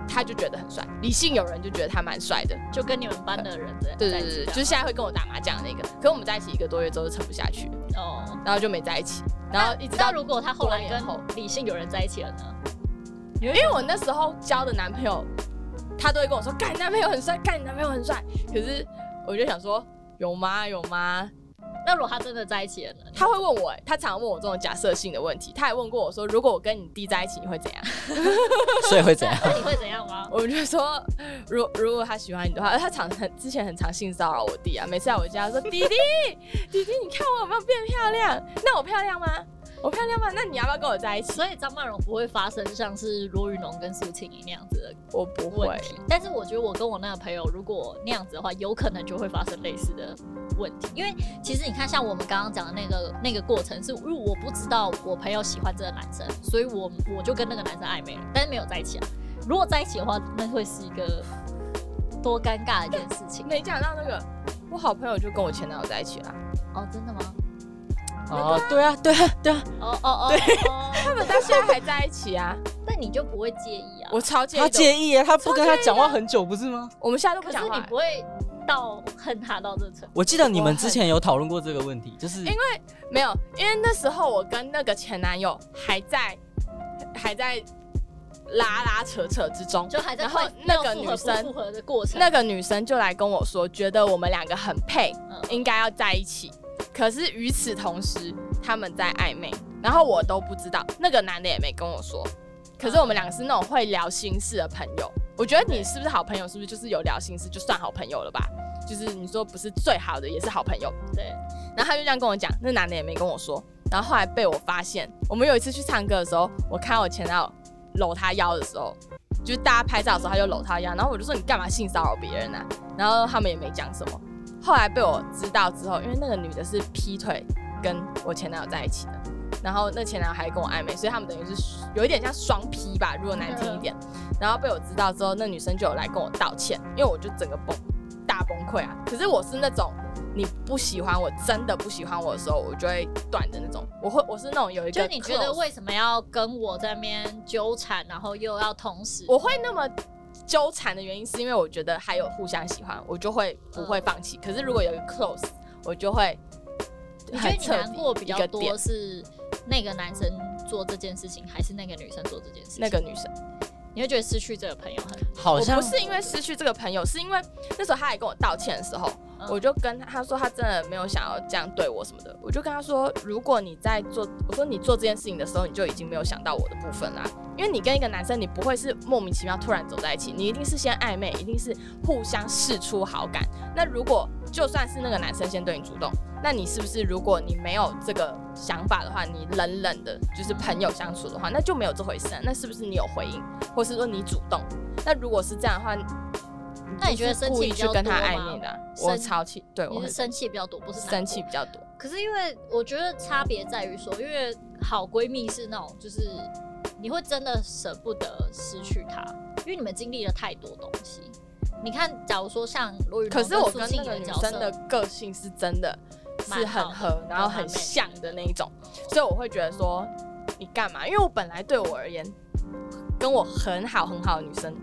Speaker 2: 他就觉得很帅，理性有人就觉得他蛮帅的，
Speaker 1: 就跟你们班的人在
Speaker 2: 对
Speaker 1: 在
Speaker 2: 对
Speaker 1: 一
Speaker 2: 对，
Speaker 1: 起
Speaker 2: 对
Speaker 1: 这样
Speaker 2: 就是现在会跟我打麻将的那个，可我们在一起一个多月之后就撑不下去，
Speaker 1: 哦。
Speaker 2: 然后就没在一起，然后一直到
Speaker 1: 那如果他后来跟
Speaker 2: 多年
Speaker 1: 理性有人在一起了呢？
Speaker 2: 因为我那时候交的男朋友，他都会跟我说：“干，你男朋友很帅，干，你男朋友很帅。”可是我就想说，有吗？有吗？
Speaker 1: 那如果他真的在一起了呢？
Speaker 2: 他会问我、欸他常问我这种假设性的问题。他还问过我说：“如果我跟你弟在一起，你会怎样？
Speaker 3: 所以 会怎样？
Speaker 1: 那你会怎样吗？”
Speaker 2: 我就说：“如如果他喜欢你的话，他常很之前很常性骚扰我弟啊，每次来我家说：‘弟弟，弟弟，你看我有没有变漂亮？那我漂亮吗？我漂亮吗？那你要不要跟我在一起
Speaker 1: 所以张曼荣不会发生像是罗云龙跟苏庆怡那样子的？”
Speaker 2: 我不
Speaker 1: 问
Speaker 2: 会，
Speaker 1: 题，但是我觉得我跟我那个朋友如果那样子的话，有可能就会发生类似的问题。因为其实你看，像我们刚刚讲的那个那个过程是，因为我不知道我朋友喜欢这个男生，所以我我就跟那个男生暧昧了，但是没有在一起啊。如果在一起的话，那会是一个多尴尬的一件事情
Speaker 2: 没讲到那个，我好朋友就跟我前男友在一起了。啊
Speaker 1: 哦，真的 吗？
Speaker 3: 哦，对啊，对啊，对啊，
Speaker 1: 哦哦哦，对，
Speaker 2: 他们到现在还在一起啊！
Speaker 1: 那你就不会介意 啊？
Speaker 2: 我超介意
Speaker 3: 他
Speaker 2: 的。
Speaker 3: 介意耶，他不跟他讲话很久不是吗？
Speaker 2: 我们现在都不
Speaker 1: 可是
Speaker 2: 讲话
Speaker 1: 你
Speaker 2: 欸，
Speaker 1: 不会到恨他到这程度，
Speaker 3: 我记得你们之前有讨论过这个问题，就是
Speaker 2: 因为没有，因为那时候我跟那个前男友还在还在拉拉扯扯之中，
Speaker 1: 就还在
Speaker 2: 然后
Speaker 1: 快
Speaker 2: 那
Speaker 1: 要
Speaker 2: 个
Speaker 1: 复
Speaker 2: 女
Speaker 1: 合不
Speaker 2: 生
Speaker 1: 复合的过程，
Speaker 2: 那个女生就来跟我说，觉得我们两个很配，
Speaker 1: 嗯
Speaker 2: 应该要在一起。可是与此同时，他们在暧昧，然后我都不知道，那个男的也没跟我说。可是我们两个是那种会聊心事的朋友，我觉得你是不是好朋友，是不是就是有聊心事就算好朋友了吧？就是你说不是最好的，也是好朋友。
Speaker 1: 对。
Speaker 2: 然后他就这样跟我讲，那男的也没跟我说。然后后来被我发现，我们有一次去唱歌的时候，我看到我前男友搂他腰的时候，就是大家拍照的时候，他就搂他腰，然后我就说你干嘛性骚扰别人啊？然后他们也没讲什么。后来被我知道之后，因为那个女的是劈腿跟我前男友在一起的，然后那前男友还跟我暧昧，所以他们等于是有一点像双劈吧，如果难听一点。然后被我知道之后，那女生就有来跟我道歉，因为我就整个崩大崩溃啊。可是我是那种你不喜欢我，真的不喜欢我的时候，我就会断的那种。我会我是那种有一个
Speaker 1: 就你觉得
Speaker 2: close
Speaker 1: 为什么要跟我在那边纠缠，然后又要同时？
Speaker 2: 我会那么纠缠的原因，是因为我觉得还有互相喜欢，我就会
Speaker 1: 嗯
Speaker 2: 不会放弃。可是如果有一个 close，我就会
Speaker 1: 你觉得
Speaker 2: 很
Speaker 1: 你
Speaker 2: 彻
Speaker 1: 难
Speaker 2: 底
Speaker 1: 过比
Speaker 2: 一
Speaker 1: 较
Speaker 2: 个
Speaker 1: 多
Speaker 2: 点。
Speaker 1: 是那个男生做这件事情，还是那个女生做这件事情？
Speaker 2: 那个女生，
Speaker 1: 你会觉得失去这个朋友很
Speaker 3: 好
Speaker 2: 我
Speaker 3: 像
Speaker 2: 不是因为失去这个朋友，是因为那时候她来跟我道歉的时候，
Speaker 1: 嗯
Speaker 2: 我就跟她她说她真的没有想要这样对我什么的，我就跟她说，如果你在做，我说你做这件事情的时候，你就已经没有想到我的部分啦，因为你跟一个男生，你不会是莫名其妙突然走在一起，你一定是先暧昧，一定是互相试出好感。那如果就算是那个男生先对你主动，那你是不是如果你没有这个想法的话，你冷冷的，就是朋友相处的话，那就没有这回事、啊。那是不是你有回应，或是说你主动？那如果是这样的话，
Speaker 1: 那你觉得
Speaker 2: 是
Speaker 1: 生
Speaker 2: 故
Speaker 1: 气
Speaker 2: 意
Speaker 1: 比
Speaker 2: 去
Speaker 1: 较
Speaker 2: 跟
Speaker 1: 多
Speaker 2: 他
Speaker 1: 吗
Speaker 2: 暧昧的啊、我
Speaker 1: 生
Speaker 2: 超气，对我
Speaker 1: 你
Speaker 2: 很
Speaker 1: 是生气比较多，不是难过
Speaker 2: 生气比较多。
Speaker 1: 可是因为我觉得差别在于说，因为好闺蜜是那种就是你会真的舍不得失去她，因为你们经历了太多东西。你看，假如说像罗宇，
Speaker 2: 可是我跟
Speaker 1: 苏
Speaker 2: 那
Speaker 1: 庆
Speaker 2: 个
Speaker 1: 怡
Speaker 2: 女
Speaker 1: 角
Speaker 2: 生
Speaker 1: 色
Speaker 2: 的个性是真的是
Speaker 1: 蛮
Speaker 2: 很
Speaker 1: 好的
Speaker 2: 合，然后很像的那一种，所以我会觉得说你干嘛？因为我本来对我而言，跟我很好很好的女生，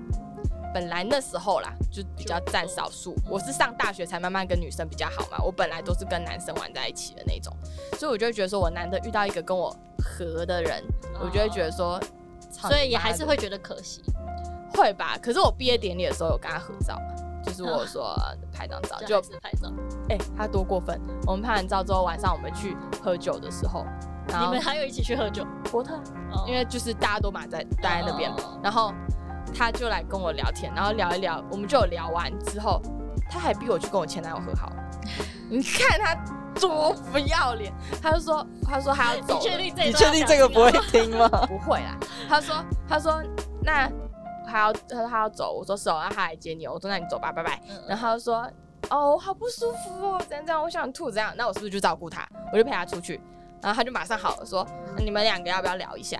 Speaker 2: 本来那时候啦就比较占少数。
Speaker 1: 嗯
Speaker 2: 我是上大学才慢慢跟女生比较好嘛，我本来都是跟男生玩在一起的那种，所以我就会觉得说我难得遇到一个跟我合的人，我就会觉得说，操
Speaker 1: 啊所以
Speaker 2: 你
Speaker 1: 也
Speaker 2: 妈
Speaker 1: 还
Speaker 2: 的
Speaker 1: 是会觉得可惜。
Speaker 2: 会吧。可是我毕业典礼的时候有跟他合照嘛，就是我说拍张照，就
Speaker 1: 啊就还是拍照，
Speaker 2: 哎、他多过分！我们拍完照之后，晚上我们去喝酒的时候，然
Speaker 1: 你
Speaker 2: 后
Speaker 1: 们还有一起去喝酒，
Speaker 2: 伯特，
Speaker 1: 哦
Speaker 2: 因为就是大家都嘛在待在那边，
Speaker 1: 哦
Speaker 2: 然后他就来跟我聊天，然后聊一聊，我们就有聊完之后，他还逼我去跟我前男友和 好，你看他多不要脸！他就说，他说他要走
Speaker 1: 你
Speaker 2: 了，
Speaker 1: 确定这一
Speaker 3: 你
Speaker 1: 段
Speaker 3: 确
Speaker 1: 要嗯
Speaker 3: 定
Speaker 1: 讲
Speaker 3: 这个
Speaker 1: 吗
Speaker 3: 不 会听吗？
Speaker 2: 不会啦。他说，他说那他要，他说他要走，我说是哦，那他来接你哦，我说那你走吧，拜拜。
Speaker 1: 嗯
Speaker 2: 然后他就说：“哦，好不舒服哦，怎样怎样，我想吐，怎样？”那我是不是就照顾他？我就陪他出去，然后他就马上好了，说：“啊你们两个要不要聊一下？”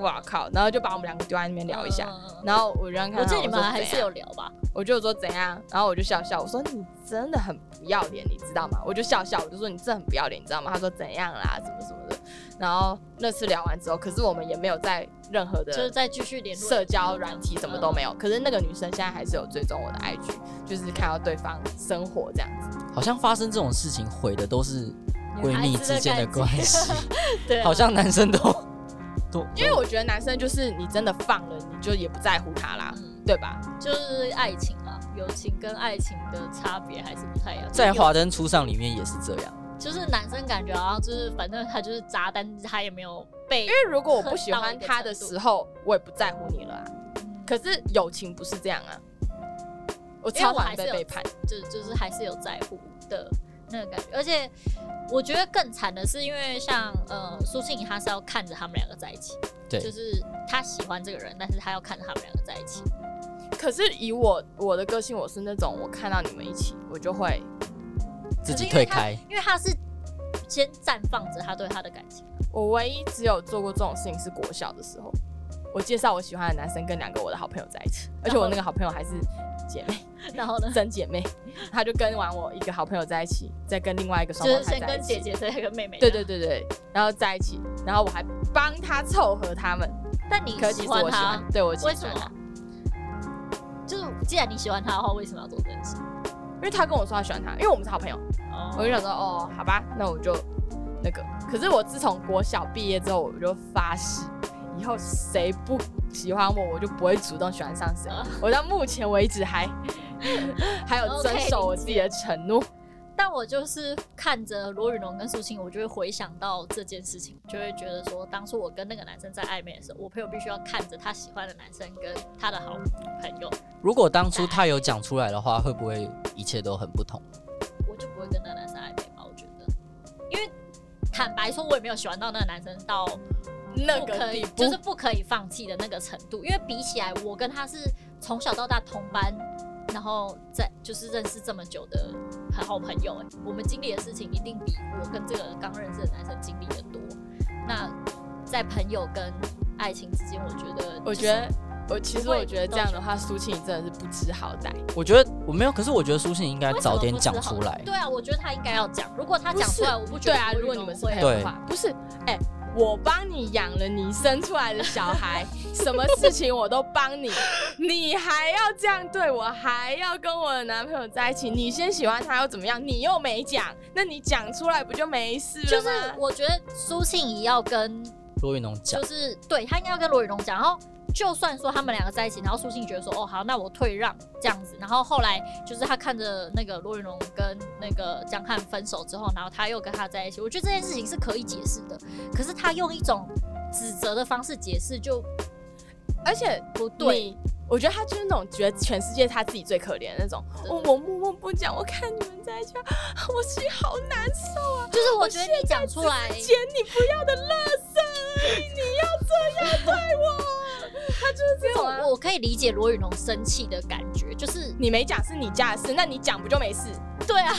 Speaker 2: 哇靠！然后就把我们两个丢在那边聊一下。
Speaker 1: 嗯嗯嗯
Speaker 2: 然后我就让看
Speaker 1: 我
Speaker 2: 他，
Speaker 1: 记得你们
Speaker 2: 说
Speaker 1: 还
Speaker 2: 怎
Speaker 1: 是
Speaker 2: 样
Speaker 1: 有聊吧？
Speaker 2: 我就说怎样，然后我就笑笑，我说你真的很不要脸，你知道吗？我就笑笑，我就说你真的很不要脸，你知道吗？他说怎样啦，怎么怎么的。然后那次聊完之后，可是我们也没有在任何的
Speaker 1: 就是再继续联络
Speaker 2: 社交软体什么都没有。可是那个女生现在还是有追踪我的 IG，就是看到对方生活这样子。
Speaker 3: 好像发生这种事情毁的都是闺蜜之间的关系，
Speaker 1: 对啊，
Speaker 3: 好像 男生都都
Speaker 2: 因为我觉得男生就是你真的放了，你就也不在乎他啦，
Speaker 1: 嗯
Speaker 2: 对吧？
Speaker 1: 就是爱情嘛，友情跟爱情的差别还是不太一样。
Speaker 3: 在
Speaker 1: 有
Speaker 3: 华灯初上里面也是这样，
Speaker 1: 就是男生感觉好像就是反正他就是渣，但是他也没有被
Speaker 2: 因为如果我不喜欢他的时候，我也不在乎你了、啊。可是友情不是这样啊，我
Speaker 1: 因为
Speaker 2: 超
Speaker 1: 我还
Speaker 2: 常
Speaker 1: 是
Speaker 2: 被
Speaker 1: 有
Speaker 2: 背叛。
Speaker 1: 就就是还是有在乎的那个感觉。而且我觉得更惨的是，因为像呃苏庆怡，她是要看着他们两个在一起，
Speaker 3: 对
Speaker 1: 就是她喜欢这个人，但是她要看着他们两个在一起。
Speaker 2: 可是以我我的个性，我是那种我看到你们一起，我就会
Speaker 3: 自己推开，
Speaker 1: 因为她是先绽放着她对他的感情。
Speaker 2: 我唯一只有做过这种事情是国小的时候，我介绍我喜欢的男生跟两个我的好朋友在一起，而且我那个好朋友还是姐妹，
Speaker 1: 然后呢，
Speaker 2: 真姐妹，她就跟完我一个好朋友在一起，再跟另外一个
Speaker 1: 就
Speaker 2: 双胞
Speaker 1: 是
Speaker 2: 胎
Speaker 1: 先
Speaker 2: 在一
Speaker 1: 跟
Speaker 2: 起，
Speaker 1: 姐姐，再跟妹妹。
Speaker 2: 对对。对对，然后在一起，然后我还帮她凑合他们，
Speaker 1: 但你
Speaker 2: 可是其
Speaker 1: 喜
Speaker 2: 实
Speaker 1: 欢
Speaker 2: 我喜
Speaker 1: 他
Speaker 2: 欢，，对我喜
Speaker 1: 为
Speaker 2: 欢
Speaker 1: 什
Speaker 2: 她
Speaker 1: 么？就是既然你喜欢他的话，为什么要做这件事？
Speaker 2: 因为她跟我说她喜欢他，因为我们是好朋友，
Speaker 1: 哦
Speaker 2: 我就想说哦，好吧，那我就那个。可是我自从国小毕业之后，我就发誓，以后谁不喜欢我，我就不会主动喜 欢上谁
Speaker 1: 啊。
Speaker 2: 我到目前为止还还有遵
Speaker 1: OK，
Speaker 2: 守我自己的承诺。
Speaker 1: 但我就是看着罗宇龙跟苏青，我就会回想到这件事情，就会觉得说，当初我跟那个男生在暧昧的时候，我朋友必须要看着他喜欢的男生跟他的好朋友，
Speaker 3: 如果当初他有讲出来的话，会不会一切都很不同？
Speaker 1: 我就不会跟那个男生暧昧吧？我觉得，因为坦白说，我也没有喜欢到那个男生到
Speaker 2: 那
Speaker 1: 不
Speaker 2: 个
Speaker 1: 可以
Speaker 2: 地，步，
Speaker 1: 就是不可以放弃的那个程度。因为比起来，我跟他是从小到大同班，然后在就是认识这么久的很好朋友、欸，我们经历的事情一定比我跟这个刚认识的男生经历的多。那在朋友跟爱情之间，我觉得、
Speaker 2: 我觉得。我其实
Speaker 1: 不会
Speaker 2: 我觉得这样的话，苏青你真的是不知好歹。
Speaker 3: 我觉得我没有，可是我觉得苏信应该
Speaker 1: 为什么
Speaker 3: 早点
Speaker 1: 不知
Speaker 3: 讲
Speaker 1: 好
Speaker 3: 出来。
Speaker 1: 对啊，我觉得他应该要讲。如果他讲出来，我不觉
Speaker 2: 对
Speaker 1: 得
Speaker 2: 啊，
Speaker 1: 我
Speaker 2: 如果你们是朋
Speaker 1: 会
Speaker 2: 友的话，不是，哎、我帮你养了你生出来的小孩，什么事情我都帮你，你还要这样对我，还要跟我的男朋友在一起，你先喜欢他又怎么样？你又没讲，那你讲出来不就没事了
Speaker 1: 就是
Speaker 2: 吗
Speaker 1: 我觉得苏庆怡要跟
Speaker 3: 罗云龙讲
Speaker 1: 就，是对他应该要跟罗宇龙讲，然后就算说他们两个在一起，然后苏信觉得说哦好，那我退让这样子，然后后来就是他看着那个罗宇龙跟那个江汉分手之后，然后他又跟他在一起，我觉得这件事情是可以解释的，可是他用一种指责的方式解释就
Speaker 2: 而且
Speaker 1: 不对，
Speaker 2: 你我觉得他就是那种觉得全世界他自己最可怜的那种，
Speaker 1: 对
Speaker 2: 我我默默不讲，我看你们在一起，我心好难受啊！
Speaker 1: 就是我觉得你讲出来，
Speaker 2: 捡你不要的垃圾而已，你要这样对我，他就是这种啊。
Speaker 1: 我我可以理解罗宇龙生气的感觉，就是
Speaker 2: 你没讲是你家的事，那你讲不就没事？
Speaker 1: 对啊，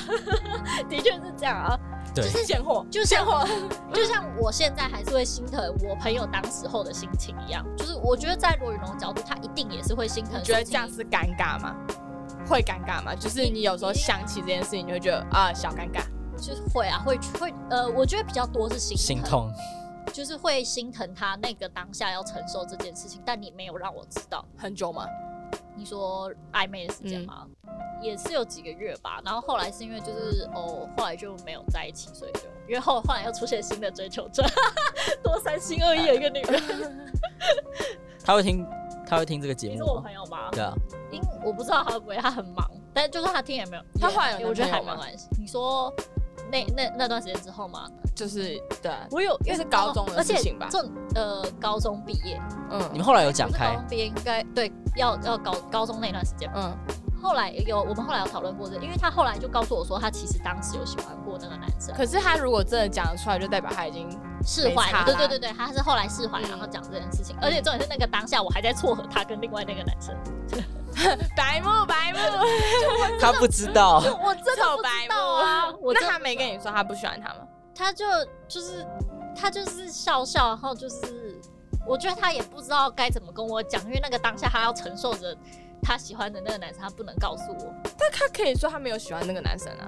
Speaker 1: 的确是这样啊，
Speaker 3: 对
Speaker 1: 就是
Speaker 2: 贱货，
Speaker 1: 就是
Speaker 2: 贱货。
Speaker 1: 就像我现在还是会心疼我朋友当时候的心情一样，就是我觉得在罗宇龙的角度，他一定也是会心疼。
Speaker 2: 你觉得这样？是尴尬吗？会尴尬吗？就是你有时候想起这件事情，你就会觉得啊、小尴尬。
Speaker 1: 就是会啊，会会呃，我觉得比较多是心
Speaker 3: 心痛，
Speaker 1: 就是会心疼他那个当下要承受这件事情，但你没有让我知道。
Speaker 2: 很久吗？
Speaker 1: 你说暧昧的时间吗？
Speaker 2: 嗯
Speaker 1: 也是有几个月吧，然后后来是因为就是哦，后来就没有在一起，所以就因为后后来又出现新的追求者， 多三心二意的一个女人。
Speaker 3: 他会听，他会听这个节
Speaker 1: 你是
Speaker 3: 目
Speaker 1: 我
Speaker 3: 吗？
Speaker 1: 朋友吗？
Speaker 3: 对啊，
Speaker 1: 因为我不知道他会不会，他很忙，但就算他听也没有，
Speaker 2: 他后来有
Speaker 1: 也我觉得还
Speaker 2: 男
Speaker 1: 没
Speaker 2: 朋友吗
Speaker 1: 关系。你说那那那段时间之后吗？
Speaker 2: 就是对，啊
Speaker 1: 我有，因
Speaker 2: 那
Speaker 1: 为哦
Speaker 2: 是高中的
Speaker 1: 而且
Speaker 2: 事情吧
Speaker 1: 这呃，高中毕业，
Speaker 3: 你
Speaker 2: 嗯
Speaker 3: 们后来有
Speaker 1: 不
Speaker 3: 讲
Speaker 1: 是高
Speaker 3: 开
Speaker 1: 中毕业应该对，要要高高中那段时间嘛。
Speaker 2: 嗯，
Speaker 1: 后来有我们后来有讨论过这，因为他后来就告诉我说，他其实当时有喜欢过那个男生，
Speaker 2: 可是他如果真的讲得出来，就代表他已经
Speaker 1: 释怀了。
Speaker 2: 没差啦
Speaker 1: 对对对对，他是后来释怀，
Speaker 2: 嗯
Speaker 1: 然后讲这件事情，而且重点是那个当下我还在撮合他跟另外那个男生，
Speaker 2: 白目白目，
Speaker 3: 他不知道，
Speaker 1: 我真的
Speaker 2: 臭
Speaker 1: 不
Speaker 2: 白
Speaker 1: 知道啊，
Speaker 2: 目。
Speaker 1: 我真
Speaker 2: 那
Speaker 1: 的
Speaker 2: 他没跟你说他不喜欢他吗？
Speaker 1: 他就就是他就是笑笑，然后就是我觉得他也不知道该怎么跟我讲，因为那个当下他要承受着他喜欢的那个男生，他不能告诉我。
Speaker 2: 他可以说他没有喜欢那个男生啊。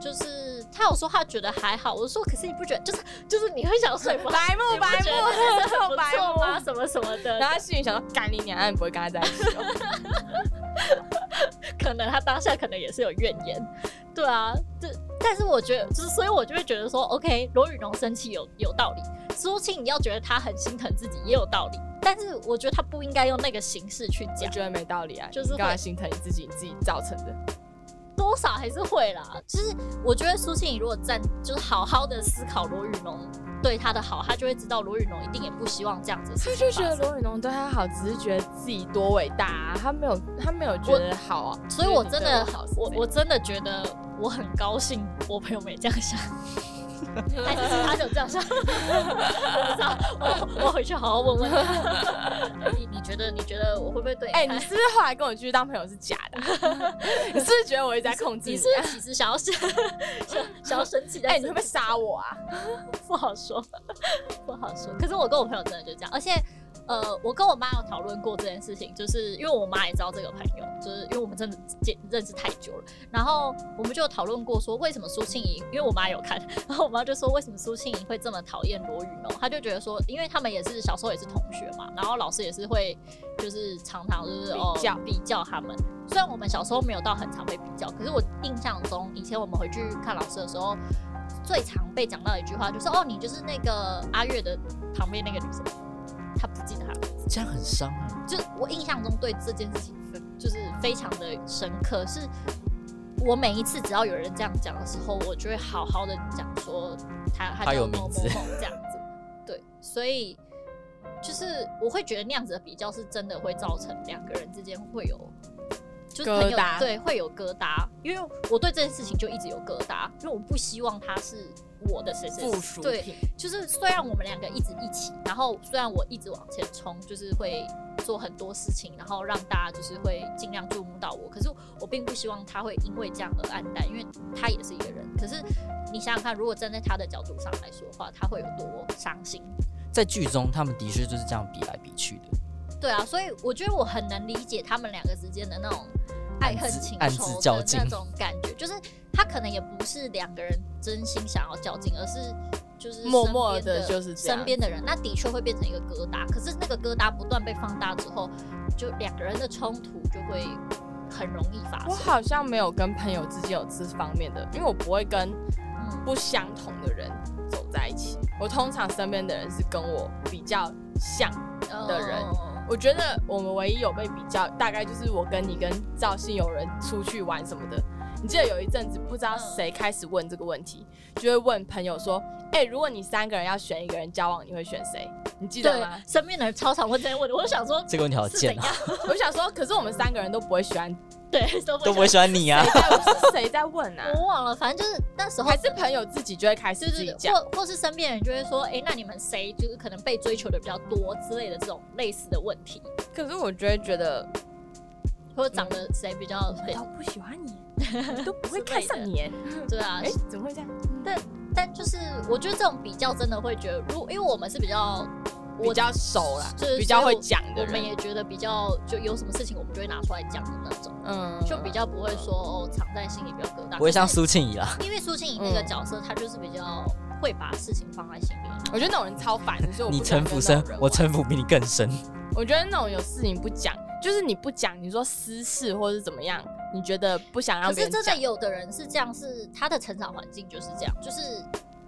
Speaker 1: 就是她有说她觉得还好，我说可是你不觉得就是就是你会想睡吗？
Speaker 2: 白目
Speaker 1: 你不
Speaker 2: 白
Speaker 1: 觉得
Speaker 2: 目，
Speaker 1: 这很不
Speaker 2: 白
Speaker 1: 错吗？
Speaker 2: 目。
Speaker 1: 什么什么的，
Speaker 2: 然后他心里想说：“干你娘，你不会跟他在一起 哦。
Speaker 1: 可能他当下可能也是有怨言，对啊，这但是我觉得，就是所以我就会觉得说，OK，罗宇农生气有有道理，苏青你要觉得他很心疼自己也有道理，但是我觉得他不应该用那个形式去”
Speaker 2: 我
Speaker 1: 讲，
Speaker 2: 觉得没道理啊，
Speaker 1: 就是
Speaker 2: 你干嘛
Speaker 1: 会
Speaker 2: 心疼你自己，你自己造成的。
Speaker 1: 多少还是会啦。就是我觉得苏青你如果站，就是好好的思考罗宇农对他的好，他就会知道罗宇农一定也不希望这样子的
Speaker 2: 他
Speaker 1: 事
Speaker 2: 就
Speaker 1: 情
Speaker 2: 觉
Speaker 1: 发
Speaker 2: 得
Speaker 1: 生。
Speaker 2: 罗宇农对他好，只是觉得自己多伟大、啊，他没有他没有觉得好啊。
Speaker 1: 所以我真的
Speaker 2: 好，是
Speaker 1: 我
Speaker 2: 这样
Speaker 1: 我真的觉得我很高兴，我朋友没这样 想。还是他就这样想，我不知道，我我回去好好问问他。你你觉得你觉得我会不会对？
Speaker 2: 哎、你是不是后来跟我继续当朋友是假的啊、 你是不是觉得我一直在控制
Speaker 1: 你
Speaker 2: 你
Speaker 1: 是
Speaker 2: 啊
Speaker 1: 不是其实想要生想想要生气，
Speaker 2: 哎、
Speaker 1: 但
Speaker 2: 你
Speaker 1: 是
Speaker 2: 会不会杀我 啊？
Speaker 1: 不好说，不好说。可是我跟我朋友真的就这样，而且呃，我跟我妈有讨论过这件事情，就是因为我妈也知道这个朋友，就是因为我们真的见认识太久了，然后我们就有讨论过说为什么苏庆怡，因为我妈有看，然后我妈就说为什么苏庆怡会这么讨厌罗宇农，她就觉得说，因为他们也是小时候也是同学嘛，然后老师也是会就是常常就是
Speaker 2: 比
Speaker 1: 哦
Speaker 2: 较
Speaker 1: 比较他们。虽然我们小时候没有到很常被比较，可是我印象中以前我们回去看老师的时候，最常被讲到一句话就是哦，你就是那个阿月的旁边那个女生，她不记得她的名字。
Speaker 3: 这样很伤啊。
Speaker 1: 就我印象中对这件事情非就是非常的深刻，是我每一次只要有人这样讲的时候，我就会好好的讲说他他
Speaker 3: 他
Speaker 1: 叫
Speaker 3: 有
Speaker 1: 某某
Speaker 3: 名字
Speaker 1: 某这样子，对，所以就是我会觉得那样子的比较是真的会造成两个人之间会有。就是朋友
Speaker 2: 疙瘩
Speaker 1: 对会有疙瘩，因为我对这件事情就一直有疙瘩，因为我不希望他是我的谁谁谁
Speaker 2: 附属
Speaker 1: 对
Speaker 2: 品，
Speaker 1: 就是虽然我们两个一直一起，然后虽然我一直往前冲，就是会做很多事情，然后让大家就是会尽量注目到我，可是我并不希望他会因为这样而暗淡，因为他也是一个人。可是你想想看，如果站在他的角度上来说的话，他会有多伤心？
Speaker 3: 在剧中，他们的确就是这样比来比去的，
Speaker 1: 对啊，所以我觉得我很能理解他们两个之间的那种爱恨情
Speaker 3: 暗自
Speaker 1: 仇
Speaker 3: 较
Speaker 1: 的
Speaker 3: 劲
Speaker 1: 那种感觉，就是他可能也不是两个人真心想要较劲，而是就是
Speaker 2: 默默
Speaker 1: 身边
Speaker 2: 地
Speaker 1: 的
Speaker 2: 就是这样
Speaker 1: 身边的人，那的确会变成一个疙瘩。可是那个疙瘩不断被放大之后，就两个人的冲突就会很容易发
Speaker 2: 我
Speaker 1: 生。
Speaker 2: 好像没有跟朋友之间有这方面的，因为我不会跟
Speaker 1: 嗯，
Speaker 2: 不相同的人走在一起。我通常身边的人是跟我比较像。的人
Speaker 1: 哦
Speaker 2: 我觉得我们唯一有被比较，大概就是我跟你跟赵信有人出去玩什么的。你记得有一阵子不知道谁开始问这个问题，就会问朋友说：“哎、如果你三个人要选一个人交往，你会选谁？”你记得
Speaker 1: 对
Speaker 2: 吗，？
Speaker 1: 身边的人超常问这些问题，我就想说
Speaker 3: 这个问题好
Speaker 1: 是怎
Speaker 3: 贱
Speaker 1: 样
Speaker 3: 啊，？
Speaker 2: 我想说，可是我们三个人都不会喜欢，
Speaker 1: 对，都
Speaker 3: 都
Speaker 1: 不
Speaker 3: 不会喜欢你啊
Speaker 2: 谁。在是谁在问 啊？
Speaker 1: 我忘了，反正就是那时候
Speaker 2: 还是朋友自己就会开始
Speaker 1: 就
Speaker 2: 自
Speaker 1: 是
Speaker 2: 己讲。
Speaker 1: 或或是身边人就会说，哎、那你们谁就是可能被追求的比较多之类的这种类似的问题，
Speaker 2: 可是我就会觉得，
Speaker 1: 或者长得谁比较
Speaker 2: 哦我
Speaker 1: 对
Speaker 2: 都不喜欢你， 我都不会
Speaker 1: 之类
Speaker 2: 看
Speaker 1: 的
Speaker 2: 上你。
Speaker 1: 对啊
Speaker 2: 哎、。怎么会这样？
Speaker 1: 但就是我觉得这种比较真的会觉得，如因为我们是比较我
Speaker 2: 比较熟啦
Speaker 1: 就是，
Speaker 2: 比较会
Speaker 1: 所以
Speaker 2: 讲的
Speaker 1: 我们
Speaker 2: 人，
Speaker 1: 也觉得比较就有什么事情我们就会拿出来讲的那种，
Speaker 2: 嗯
Speaker 1: 就比较不会说哦藏在心里比较疙瘩，
Speaker 3: 不会像苏庆怡啊啦，
Speaker 1: 因为苏庆怡那个
Speaker 2: 嗯
Speaker 1: 角色，她就是比较会把事情放在心里。
Speaker 2: 我觉得那种人超烦的，所以我
Speaker 3: 你
Speaker 2: 不想
Speaker 3: 城
Speaker 2: 跟
Speaker 3: 府
Speaker 2: 那
Speaker 3: 深
Speaker 2: 种人，玩啊
Speaker 3: 我城府比你更深。
Speaker 2: 我觉得那种有事情不讲，就是你不讲，你说私事或是怎么样，你觉得不想让
Speaker 1: 可
Speaker 2: 别
Speaker 1: 是
Speaker 2: 人
Speaker 1: 真
Speaker 2: 讲
Speaker 1: 的有的人是这样，是他的成长环境就是这样，就是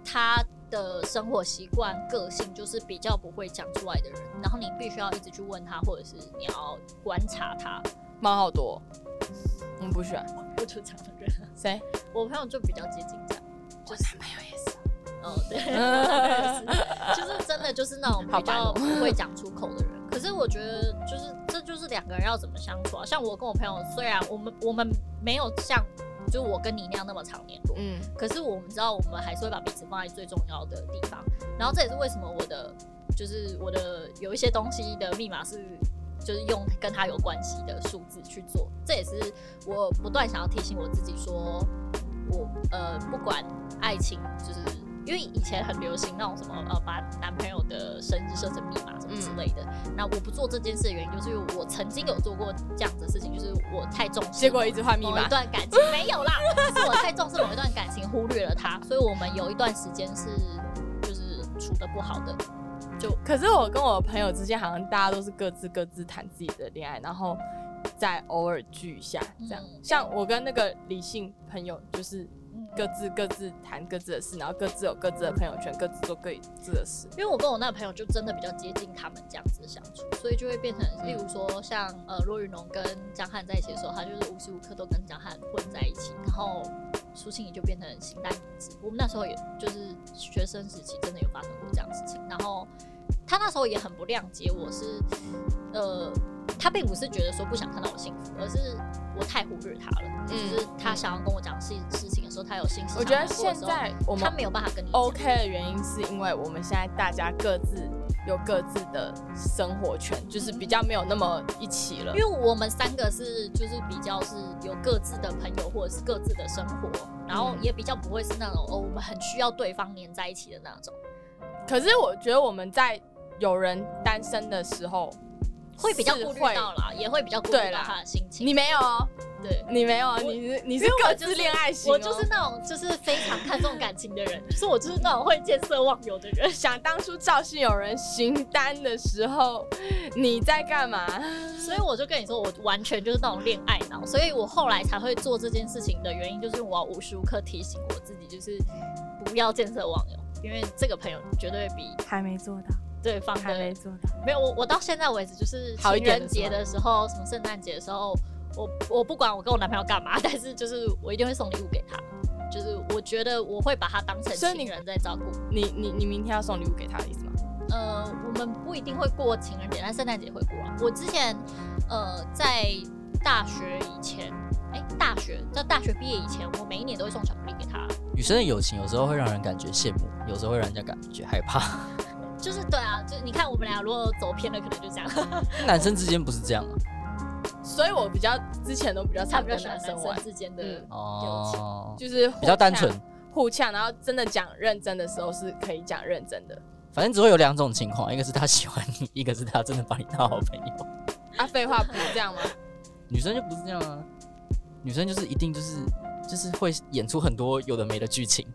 Speaker 1: 他的生活习惯、个性就是比较不会讲出来的人，然后你必须要一直去问他，或者是你要观察他。
Speaker 2: 猫好多，我嗯们不喜欢
Speaker 1: 我就这样的人，
Speaker 2: 谁？
Speaker 1: 我朋友就比较接近这样，
Speaker 2: 我男朋友也是，
Speaker 1: 嗯， 对，就是真的就是那种比
Speaker 2: 好烦
Speaker 1: 较
Speaker 2: 哦
Speaker 1: 不 会讲出口的人。可是我觉得就是这就是两个人要怎么相处啊。像我跟我朋友，虽然我们我们没有像就我跟你那样那么常联络，
Speaker 2: 嗯，
Speaker 1: 可是我们知道，我们还是会把彼此放在最重要的地方。然后这也是为什么我的就是我的有一些东西的密码是就是用跟它有关系的数字去做。这也是我不断想要提醒我自己说，我呃不管爱情就是因为以前很流行那种什么呃，把男朋友的生日设成密码什么之类的。那我不做这件事的原因，就是因为我曾经有做过这样子的事情，就是我太重视
Speaker 2: 结果一直换密
Speaker 1: 某
Speaker 2: 码
Speaker 1: 一，段感情，没有啦，是我太重视某一段感情，忽略了他，所以我们有一段时间是就是处的不好的。
Speaker 2: 可是我跟我朋友之间，好像大家都是各自各自谈自己的恋爱，然后再偶尔聚一下，这样。
Speaker 1: 嗯
Speaker 2: 像我跟那个理性朋友，就是
Speaker 1: 嗯
Speaker 2: 各自各自谈各自的事，然后各自有各自的朋友圈，各自做各自的事。
Speaker 1: 因为我跟我那个朋友就真的比较接近他们这样子的相处，所以就会变成，例如说像呃骆云龙跟江汉在一起的时候，他就是无时无刻都跟江汉混在一起，然后苏庆怡就变成形单影只。我们那时候也就是学生时期，真的有发生过这样的事情。然后他那时候也很不谅解我是，呃，他并不是觉得说不想看到我幸福，而是我太忽略他了。
Speaker 2: 嗯
Speaker 1: 就是他想要跟我讲事事情的时候，他有心事
Speaker 2: 我
Speaker 1: 想
Speaker 2: 觉
Speaker 1: 要
Speaker 2: 得
Speaker 1: 跟我
Speaker 2: 现
Speaker 1: 的时候，
Speaker 2: 在我
Speaker 1: 他
Speaker 2: 们
Speaker 1: 没有办法跟你讲
Speaker 2: OK 的原因，是因为我们现在大家各自有各自的生活圈，就是比较没有那么一起了
Speaker 1: 因。为我们三个是就是比较是有各自的朋友或者是各自的生活，然后
Speaker 2: 嗯
Speaker 1: 也比较不会是那种哦我们很需要对方黏在一起的那种，
Speaker 2: 可是我觉得我们在有人单身的时候，
Speaker 1: 会比较
Speaker 2: 是
Speaker 1: 顾虑
Speaker 2: 会
Speaker 1: 到啦，也会比较顾
Speaker 2: 对
Speaker 1: 虑
Speaker 2: 啦
Speaker 1: 到他的心情。
Speaker 2: 你没有哦，
Speaker 1: 对。
Speaker 2: 你没有哦，你是你是
Speaker 1: 因为
Speaker 2: 各
Speaker 1: 我就
Speaker 2: 自
Speaker 1: 是
Speaker 2: 恋爱型、哦
Speaker 1: 我就是那种就是非常看重感情的人，就是我就是那种会见色忘友的人。
Speaker 2: 想当初赵信有人行单的时候，你在干嘛？
Speaker 1: 所以我就跟你说，我完全就是那种恋爱脑，所以我后来才会做这件事情的原因，就是我要无时无刻提醒我自己，就是不要见色忘友，因为这个朋友绝对比
Speaker 2: 还没做到，
Speaker 1: 对方的
Speaker 2: 做到。
Speaker 1: 没有，我我到现在为止就是
Speaker 2: 好一
Speaker 1: 情
Speaker 2: 点的
Speaker 1: 人节的时候，什么圣诞节的时候，我我不管我跟我男朋友干嘛， 但是就是我一定会送礼物给他，就是我觉得我会把他当成
Speaker 2: 所以你
Speaker 1: 情人在照顾。
Speaker 2: 你你你明天要送礼物给他的意思吗？
Speaker 1: 呃，我们不一定会过情人节，但圣诞节会过啊。我之前呃在大学以前，哎、大学在大学毕业以前，我每一年都会送巧克力给他，
Speaker 3: 女生的友情有时候会让人感觉羡慕，有时候会让人家感觉害怕。
Speaker 1: 就是对啊，就是你看我们俩如果走偏了，可能就 这样。
Speaker 3: 男生之间不是这样啊。
Speaker 2: 所以我比较之前都比较
Speaker 1: 他
Speaker 2: 常
Speaker 1: 比较
Speaker 2: 跟
Speaker 1: 喜欢
Speaker 2: 男
Speaker 1: 男
Speaker 2: 生
Speaker 1: 生
Speaker 2: 玩，
Speaker 1: 之间的、
Speaker 2: 嗯
Speaker 3: 哦，
Speaker 2: 就是互
Speaker 3: 比较单
Speaker 2: 呛
Speaker 3: 纯。
Speaker 2: 互呛，然后真的讲认真的时候是可以讲认真的。
Speaker 3: 反正只会有两种情况，一个是他喜欢你，一个是他真的把你当好朋友。
Speaker 2: 啊，废话不是这样吗？
Speaker 3: 女生就不是这样啊，女生就是一定就是就是会演出很多有的没的剧情。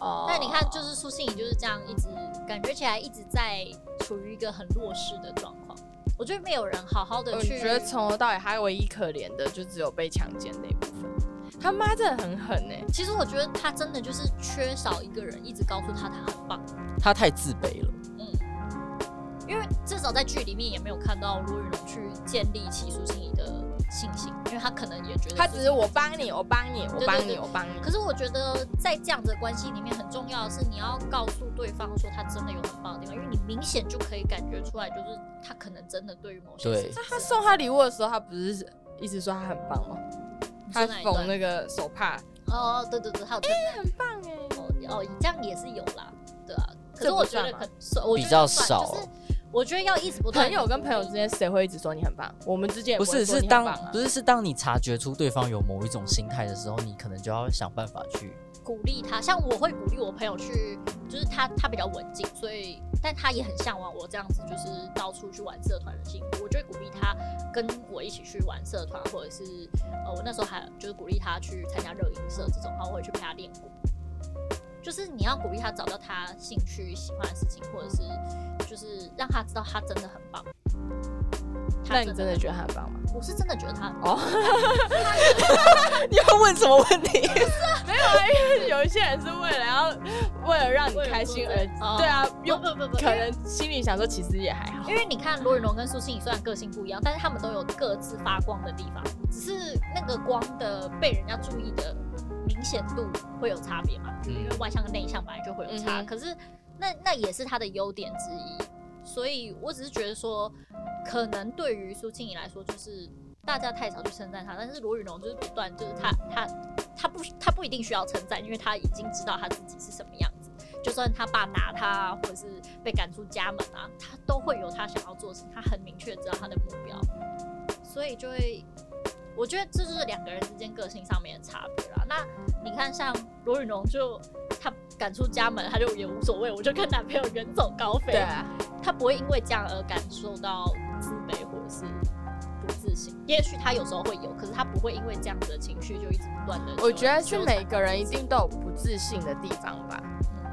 Speaker 2: 哦
Speaker 1: 但你看，就是苏信怡就是这样，一直感觉起来一直在处于一个很弱势的状况。我觉得没有人好好的
Speaker 2: 我
Speaker 1: 去，
Speaker 2: 哦觉得从头到尾他唯一可怜的就只有被强奸那一部分。他妈真的很狠哎、
Speaker 1: 其实我觉得他真的就是缺少一个人一直告诉他他很棒，
Speaker 3: 她太自卑了，
Speaker 1: 嗯，因为至少在剧里面也没有看到罗云龙去建立起苏信怡的信心，因为他可能也觉得
Speaker 2: 他只是我帮你，
Speaker 1: 哦。
Speaker 2: 我帮你，我
Speaker 1: 对
Speaker 2: 帮
Speaker 1: 对
Speaker 2: 你，
Speaker 1: 对
Speaker 2: 我帮你。
Speaker 1: 可是我觉得在这样的关系里面，很重要的是你要告诉对方说他真的有很棒的地方，因为你明显就可以感觉出来，就是他可能真的对于某些
Speaker 3: 对
Speaker 1: 事情是
Speaker 2: 那他送他礼物的时候，他不是一直说他很棒吗？
Speaker 1: 你
Speaker 2: 他
Speaker 1: 说哪一段
Speaker 2: 缝那个手帕，
Speaker 1: 哦，对对对，还有推
Speaker 2: 很棒哎、
Speaker 1: 哦哦，这样也是有啦，对啊。可是
Speaker 2: 这不
Speaker 1: 我觉得
Speaker 2: 算吗
Speaker 1: 可，是我觉得
Speaker 3: 比较
Speaker 1: 算
Speaker 3: 少
Speaker 2: 哦
Speaker 1: 就是我觉得要一直不断
Speaker 2: 朋
Speaker 1: 地
Speaker 2: 友跟朋友
Speaker 1: 努
Speaker 2: 之
Speaker 1: 力
Speaker 2: 间，谁会一直说你很棒？我们之间也
Speaker 3: 不
Speaker 2: 会
Speaker 3: 是
Speaker 2: 说
Speaker 3: 是
Speaker 2: 你很
Speaker 3: 当
Speaker 2: 棒啊
Speaker 3: 不是是当你察觉出对方有某一种心态的时候，你可能就要想办法去。
Speaker 1: 鼓励他，像我会鼓励我朋友去，就是他他比较文静，所以但他也很向往我这样子，就是到处去玩社团的幸福。我就会鼓励他跟我一起去玩社团，或者是呃，我那时候还就是鼓励他去参加热音社这种，然后我会去陪他练鼓。就是你要鼓励他找到他兴趣喜欢的事情，或者是就是让他知道他真的很棒。
Speaker 2: 那你
Speaker 1: 他
Speaker 2: 真的觉得他很棒吗？
Speaker 1: 我是真的觉得他很
Speaker 2: 哦，
Speaker 3: 你要问什么问题？
Speaker 2: 没有啊，因为有一些人是为了要为了让你开心而
Speaker 1: 为了做
Speaker 2: 对啊，又
Speaker 1: 不不不不，
Speaker 2: 可能心里想说其实也还好
Speaker 1: 因为你看罗云龙跟苏欣怡虽然个性不一样，但是他们都有各自发光的地方，只是那个光的被人家注意的明显度会有差别嘛，就是因为外向跟内向本来就会有差，
Speaker 2: 嗯哼
Speaker 1: 可是那那也是他的优点之一，所以我只是觉得说，可能对于苏欣怡来说，就是大家太少去称赞他，但是罗云龙就是不断就是他他他不他不一定需要称赞，因为他已经知道他自己是什么样子。就算他爸打他啊，或者是被赶出家门啊，他都会有他想要做的事情，他很明确知道他的目标，所以就会，我觉得这就是两个人之间个性上面的差别啦。那你看，像罗允龙就他赶出家门，她就也无所谓，我就跟男朋友远走高飞。
Speaker 2: 对啊，
Speaker 1: 她不会因为这样而感受到自卑或者是不自信。也许她有时候会有，可是她不会因为这样子的情绪就一直不断的。
Speaker 2: 我觉得是每个人一定都有不自信的地方吧。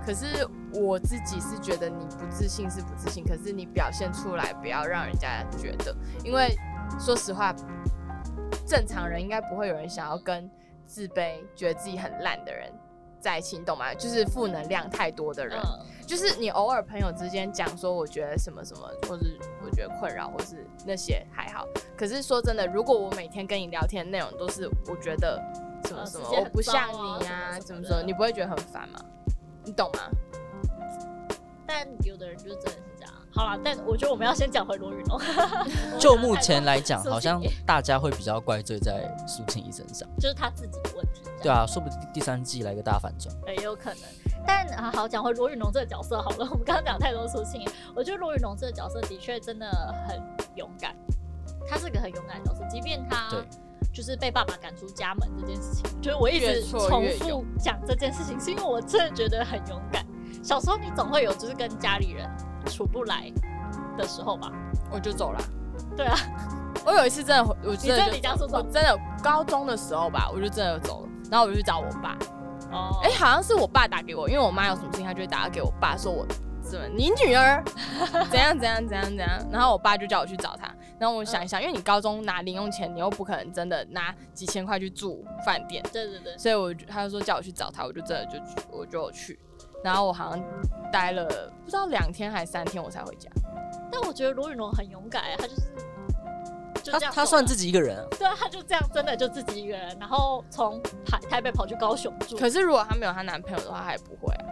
Speaker 2: 可是我自己是觉得你不自信是不自信，可是你表现出来不要让人家觉得，因为说实话，正常人应该不会有人想要跟自卑、觉得自己很烂的人在一起，你懂吗？就是负能量太多的人，
Speaker 1: 嗯
Speaker 2: 就是你偶尔朋友之间讲说，我觉得什么什么，或是我觉得困扰，或是那些还好。可是说真的，如果我每天跟你聊天的内容都是我觉得什么
Speaker 1: 呃
Speaker 2: 什么，
Speaker 1: 时间
Speaker 2: 我
Speaker 1: 很
Speaker 2: 不像
Speaker 1: 糟啊什么
Speaker 2: 你
Speaker 1: 什么
Speaker 2: 啊，
Speaker 1: 的
Speaker 2: 怎么说，你不会觉得很烦吗？你懂吗？
Speaker 1: 但有的人就是真的是这样。好啦，但我觉得我们要先讲回罗云龙。
Speaker 3: 就目前来讲，
Speaker 1: 苏
Speaker 3: 好像
Speaker 1: 晴
Speaker 3: 大家会比较怪罪在苏庆怡身上。
Speaker 1: 就是他自己的问题，
Speaker 3: 对啊，说不定第三季来个大反转。
Speaker 1: 对，也有可能。但啊，好讲回罗云龙这个角色好了， 我们刚刚讲太多苏青，我觉得罗云龙这个角色的确真的很勇敢，他是个很勇敢的角色，即便他
Speaker 3: 对，
Speaker 1: 啊就是被爸爸赶出家门这件事情，就是我一
Speaker 2: 越
Speaker 1: 直
Speaker 2: 挫
Speaker 1: 重
Speaker 2: 越
Speaker 1: 复讲这件事情，是因为我真的觉得很勇敢。小时候你总会有就是跟家里人处不来的时候吧，
Speaker 2: 我就走了。
Speaker 1: 对啊，
Speaker 2: 我有一次真的回，我
Speaker 1: 你
Speaker 2: 真
Speaker 1: 真
Speaker 2: 的
Speaker 1: 的离家出
Speaker 2: 我
Speaker 1: 走
Speaker 2: 真的高中的时候吧，我就真的走了。然后我就去找我爸，
Speaker 1: 哦，
Speaker 2: 哎、好像是我爸打给我，因为我妈有什么事情，她就会打给我爸，说我怎么你女儿 怎样怎样怎样怎样，然后我爸就叫我去找她。然后我想一想，因为你高中拿零用钱，你又不可能真的拿几千块去住饭店，
Speaker 1: 对对对，
Speaker 2: 所以我就他就说叫我去找他，我就真的就去我就有去。然后我好像待了不知道两天还是三天，我才回家。
Speaker 1: 但我觉得罗云龙很勇敢、欸他就是就
Speaker 3: 他
Speaker 1: 这样
Speaker 3: 他
Speaker 1: 走
Speaker 3: 算
Speaker 1: 了
Speaker 3: 自己一个人啊、
Speaker 1: 对啊，她就这样，真的就自己一个人，然后从台台北跑去高雄住。
Speaker 2: 可是如果她没有她男朋友的话，她也不会啊，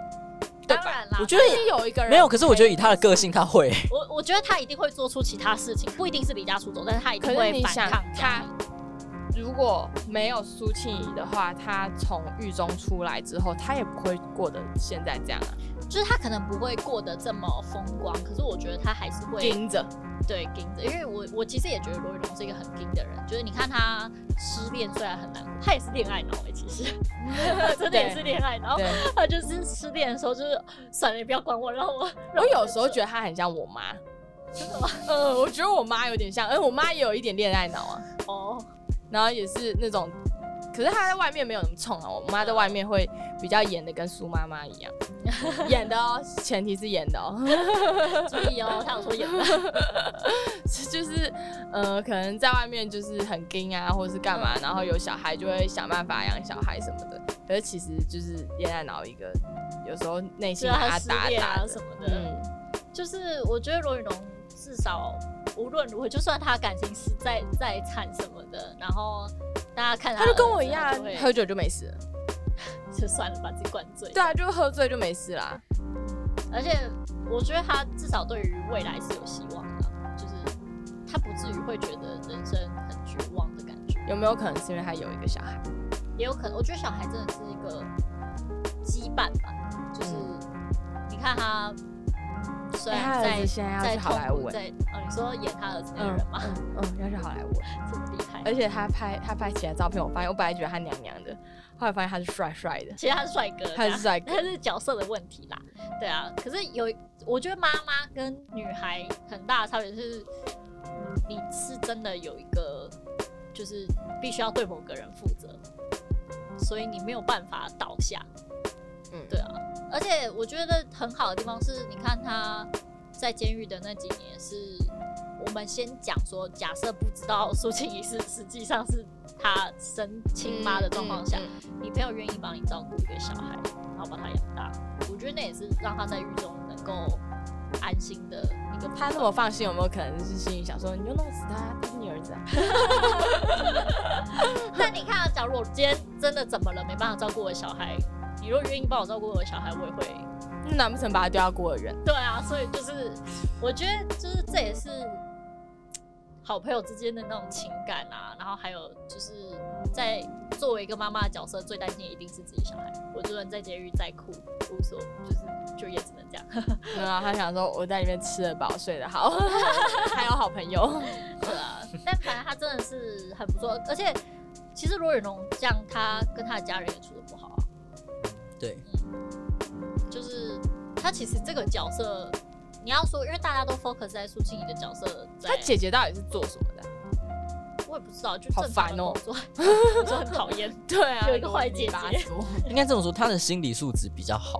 Speaker 2: 对
Speaker 1: 当
Speaker 2: 吧？
Speaker 1: 然啦，
Speaker 3: 我觉得也
Speaker 2: 是有一个人
Speaker 3: 没有，可是我觉得以他的个性，他会。
Speaker 1: 我我觉得她一定会做出其他事情，不一定是离家出走，但是她一定
Speaker 2: 可是
Speaker 1: 会
Speaker 2: 你
Speaker 1: 反
Speaker 2: 想
Speaker 1: 抗
Speaker 2: 她如果没有苏庆怡的话，她从狱中出来之后，她也不会过得现在这样啊，
Speaker 1: 就是她可能不会过得这么风光，可是我觉得她还是会哦
Speaker 2: 盯着。
Speaker 1: 对盯着，因为我我其实也觉得罗玉龙是一个很盯的人，就是你看她失恋虽然很难过，她也是恋爱脑哎、其 实真的也是恋爱脑，
Speaker 2: 对，
Speaker 1: 她就是失恋的时候就是算了，你不要管我，让我
Speaker 2: 我有时候觉得她很像我妈。
Speaker 1: 真 的吗？
Speaker 2: 嗯，我觉得我妈有点像，而我妈也有一点恋爱脑啊，
Speaker 1: 哦，
Speaker 2: 然后也是那种，可是她在外面没有那么冲啊，我妈在外面会比较演的跟苏妈妈一 样，演的哦，前提是演的哦。
Speaker 1: 注意哦，她有说演 的。
Speaker 2: 就是呃，可能在外面就是很硬啊，或者是干嘛，
Speaker 1: 嗯
Speaker 2: 然后有小孩就会想办法养小孩什么的。可是其实就是恋爱脑一个，有时候内
Speaker 1: 就是
Speaker 2: 心打
Speaker 1: 他
Speaker 2: 打
Speaker 1: 失
Speaker 2: 打
Speaker 1: 恋啊
Speaker 2: 的
Speaker 1: 什么的。
Speaker 2: 嗯，
Speaker 1: 就是我觉得罗云龙至少无论如何，就算他感情是在在惨什么的，然后大家看
Speaker 2: 他就跟我
Speaker 1: 儿
Speaker 2: 一
Speaker 1: 子
Speaker 2: 样啊
Speaker 1: 他就会，
Speaker 2: 喝酒就没事了。
Speaker 1: 就算了，把自己灌醉。
Speaker 2: 对啊，就喝醉就没事啦。
Speaker 1: 而且我觉得他至少对于未来是有希望的，就是他不至于会觉得人生很绝望的感觉。
Speaker 2: 有没有可能是因为他有一个小孩？
Speaker 1: 也有可能，我觉得小孩真的是一个羁绊吧，就是你看他虽
Speaker 2: 哎他
Speaker 1: 然
Speaker 2: 儿
Speaker 1: 在
Speaker 2: 子。现在要
Speaker 1: 在
Speaker 2: 去好
Speaker 1: 痛
Speaker 2: 莱
Speaker 1: 苦，
Speaker 2: 坞欸，
Speaker 1: 在哦，你说演他儿子那个
Speaker 2: 嗯
Speaker 1: 人吗？
Speaker 2: 嗯嗯，要去好莱坞。
Speaker 1: 这么厉害，
Speaker 2: 而且他拍他拍起来照片，我发现我本来觉得他娘娘的，后来发现他是帅帅的，
Speaker 1: 其实他是帅哥，啊
Speaker 2: 他是帅哥
Speaker 1: 他。是角色的问题啦，对啊。可是有，我觉得妈妈跟女孩很大的差别是，嗯你是真的有一个，就是必须要对某个人负责，所以你没有办法倒下。
Speaker 2: 嗯，
Speaker 1: 对啊，而且我觉得很好的地方是，你看他在监狱的那几年是，我们先讲说，假设不知道苏庆仪是实际上是他生亲妈的状况下
Speaker 2: 嗯，嗯嗯
Speaker 1: 你朋友愿意帮你照顾一个小孩，然后把他养大，我觉得那也是让他在狱中能够安心的一个。
Speaker 2: 他那么放心，有没有可能是心里想说，你就弄死他，他是你儿子啊？
Speaker 1: 但你看啊，假如我今天真的怎么了，没办法照顾我的小孩，你如果愿意帮我照顾我的小孩，我也会。
Speaker 2: 那 难不成把他丢到孤儿院？
Speaker 1: 对啊，所以就是我觉得就是这也是好朋友之间的那种情感啊，然后还有就是在作为一个妈妈的角色，最担心的一定是自己小孩。我就算在监狱再哭，无所就是就也只能这样。
Speaker 2: 然后他想说，我在里面吃得饱，睡得好， 还有好朋友。
Speaker 1: 对啊，但反正他真的是很不错，而且其实罗远龙这样，他跟他的家人也处的不好啊。
Speaker 3: 对，
Speaker 1: 那其实这个角色，你要说，因为大家都 focus 在苏青怡的角色在，
Speaker 2: 他姐姐到底是做什么的？
Speaker 1: 我也不知道，就
Speaker 2: 好
Speaker 1: 正常的
Speaker 2: 烦哦
Speaker 1: 工 作，我就很讨厌。
Speaker 2: 对啊，
Speaker 1: 有一个坏姐姐
Speaker 2: 啰里吧嗦。
Speaker 3: 应该这么说，他的心理素质比较好，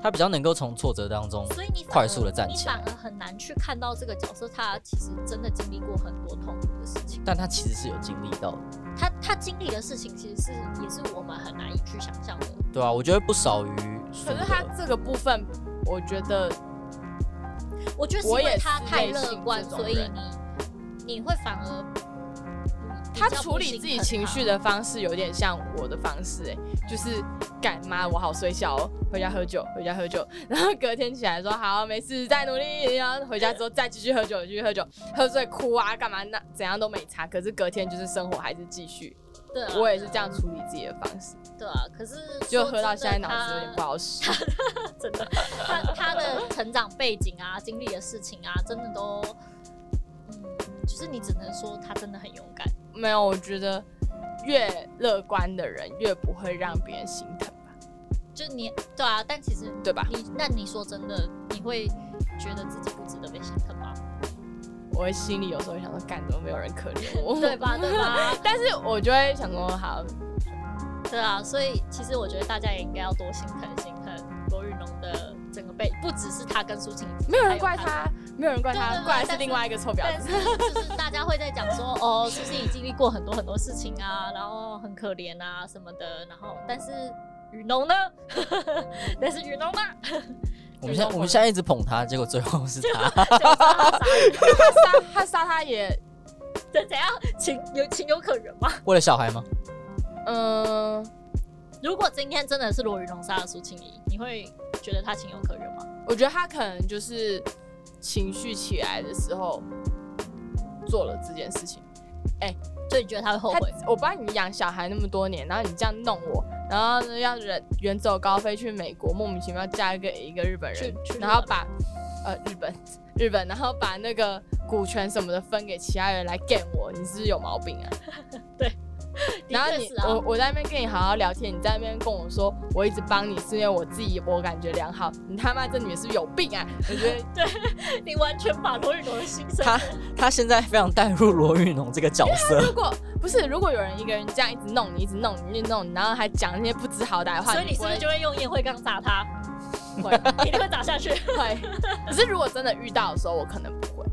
Speaker 3: 他比较能够从挫折当中，
Speaker 1: 嗯所以你反而
Speaker 3: 快速地站
Speaker 1: 你
Speaker 3: 起来
Speaker 1: 反而很难去看到这个角色，他其实真的经历过很多痛苦的事情。
Speaker 3: 但他其实是有经历到的，
Speaker 1: 他他经历的事情，其实是也是我们很难以去想象的。
Speaker 3: 对啊，我觉得不少于苏
Speaker 2: 可
Speaker 3: 的。
Speaker 2: 是他这个部分，我觉得
Speaker 1: 我觉得是因
Speaker 2: 我也
Speaker 1: 为
Speaker 2: 是
Speaker 1: 他太
Speaker 2: 类
Speaker 1: 乐
Speaker 2: 型
Speaker 1: 观，
Speaker 2: 这种
Speaker 1: 所以
Speaker 2: 人
Speaker 1: 你你会反而比
Speaker 2: 他处理自己情绪，
Speaker 1: 比较不心疼
Speaker 2: 的方式有点像我的方式、欸，就是干妈我好衰小哦，回家喝酒，回家喝酒，然后隔天起来说好没事，再努力，然后回家之后再继续喝酒，继续喝酒，喝醉哭啊干嘛那怎样都没差，可是隔天就是生活还是继续，
Speaker 1: 他对啊，
Speaker 2: 我也是这样处理自己的方式，
Speaker 1: 对啊。可是
Speaker 2: 就
Speaker 1: 说
Speaker 2: 喝到
Speaker 1: 真的
Speaker 2: 现在脑子有点不好使，
Speaker 1: 他， 真的，他他的成长背景啊，经历的事情啊，真的都，嗯，就是你只能说他真的很勇敢。
Speaker 2: 没有，我觉得越乐观的人越不会让别人心疼吧，
Speaker 1: 就你对啊，但其实
Speaker 2: 对吧？
Speaker 1: 你那你说真的，你会觉得自己不值得被心疼吗？
Speaker 2: 我心里有时候会想说，干怎么没有人可怜我，
Speaker 1: 对吧？对？吧？
Speaker 2: 但是我就会想说，好，
Speaker 1: 对啊，所以其实我觉得大家也应该要多心疼心疼罗玉农的整个背，不只是他跟苏青，
Speaker 2: 没有人怪
Speaker 1: 还有
Speaker 2: 他，没有人怪
Speaker 1: 对
Speaker 2: 他
Speaker 1: 对，对
Speaker 2: 怪的
Speaker 1: 但
Speaker 2: 是
Speaker 1: 是
Speaker 2: 另外一个臭婊
Speaker 1: 但
Speaker 2: 子。
Speaker 1: 是就是大家会在讲说，哦，苏青已经历过很多很多事情啊，然后很可怜啊什么的，然后但是雨农呢？ 但是雨农呢？
Speaker 3: 我们现在我们现在一直捧他，结果最后是他。
Speaker 1: 就杀杀人
Speaker 2: 他杀他杀他也，
Speaker 1: 这啊怎样？情有情有可原吗？
Speaker 3: 为了小孩吗？
Speaker 2: 嗯，
Speaker 1: 如果今天真的是罗云龙杀了苏庆怡，你会觉得他情有可原吗？
Speaker 2: 我觉得他可能就是情绪起来的时候做了这件事情。
Speaker 1: 所以你觉得他会后
Speaker 2: 他
Speaker 1: 悔？
Speaker 2: 我帮你养小孩那么多年，然后你这样弄我，然后要远远走高飞去美国，莫名其妙嫁一个一个日本人
Speaker 1: 去去，
Speaker 2: 然后把呃日本日本，然后把那个股权什么的分给其他人来 g 我，你是不是有毛病啊？然后
Speaker 1: 的确
Speaker 2: 你、
Speaker 1: 是啊
Speaker 2: 我我在那边跟你好好聊天，你在那边跟我说我一直帮你是因为我自己我感觉良好，你他妈这女人是不是有病啊？我觉得
Speaker 1: 你完全把罗云龙的心声，
Speaker 3: 他他现在非常带入罗玉农这个角色，
Speaker 2: 如果不是如果有人一个人这样一直弄你，一直弄你，一直弄你，然后还讲那些不知好歹的话，
Speaker 1: 所以你是
Speaker 2: 不
Speaker 1: 不
Speaker 2: 会
Speaker 1: 是就会用烟灰缸砸 他？
Speaker 2: 会
Speaker 1: 你一定会砸下去。
Speaker 2: 会？ 可是如果真的遇到的时候，我可能不会，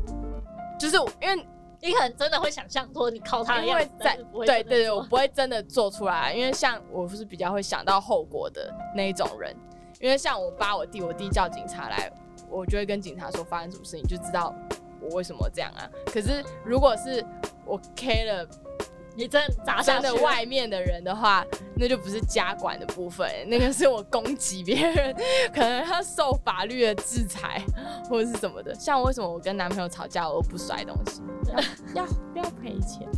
Speaker 2: 就是我因为
Speaker 1: 你可能真的会想象说你靠他的
Speaker 2: 因
Speaker 1: 样
Speaker 2: 为
Speaker 1: 子，但
Speaker 2: 在
Speaker 1: 是不会
Speaker 2: 对
Speaker 1: 真
Speaker 2: 对
Speaker 1: 的
Speaker 2: 对，
Speaker 1: 做
Speaker 2: 我不会真的做出来，啊因为像我是比较会想到后果的那一种人，因为像我爸我弟，我弟叫警察来，我就会跟警察说发生什么事情，就知道我为什么这样啊。可是如果是我 K 了
Speaker 1: 你真的砸啊下
Speaker 2: 真
Speaker 1: 去
Speaker 2: 的外面的人的话，那就不是家管的部分，那个是我攻击别人，可能他受法律的制裁或者是怎么的。像为什么我跟男朋友吵架，我不摔东 西，要要要赔钱。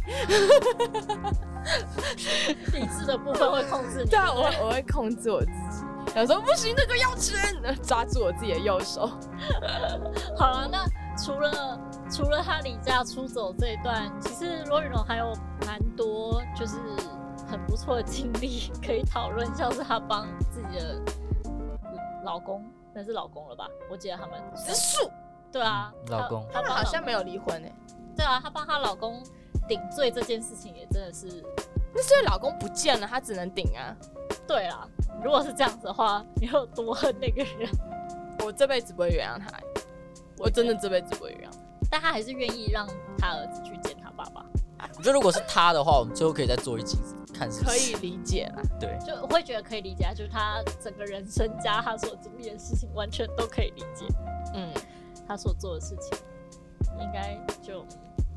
Speaker 1: 理智的部分会控制你。
Speaker 2: 对啊，我会我会控制我自己，有时候不行，这个要钱，抓住我自己的右手。
Speaker 1: 好了，那除了除了他离家出走这一段，其实罗云龙还有蛮多就是很不错的经历可以讨论，像是他帮自己的老公，那是老公了吧？我记得他们
Speaker 2: 植树，
Speaker 1: 对啊，
Speaker 3: 嗯老公
Speaker 1: 他
Speaker 2: 他
Speaker 1: 他
Speaker 2: 们
Speaker 1: 帮
Speaker 2: 好
Speaker 1: 老
Speaker 2: 像没有离婚欸诶、
Speaker 1: 对啊，他帮她老公顶罪这件事情也真的是
Speaker 2: 那是因为老公不见了，她只能顶啊。
Speaker 1: 对啦。如果是这样子的话，你有多恨那个人？
Speaker 2: 我这辈子不会原谅他欸、我真的这辈子不会原谅他。
Speaker 1: 但他还是愿意让他儿子去见他爸 爸，
Speaker 3: 我觉得如果是他的话，我们最后可以再做一集看是不
Speaker 2: 可
Speaker 3: 是
Speaker 2: 以理解啦，
Speaker 3: 对。
Speaker 1: 就我会觉得可以理解啊，就是他整个人生加他所经历的事情，完全都可以理解
Speaker 2: 嗯，
Speaker 1: 他所做的事情，应该就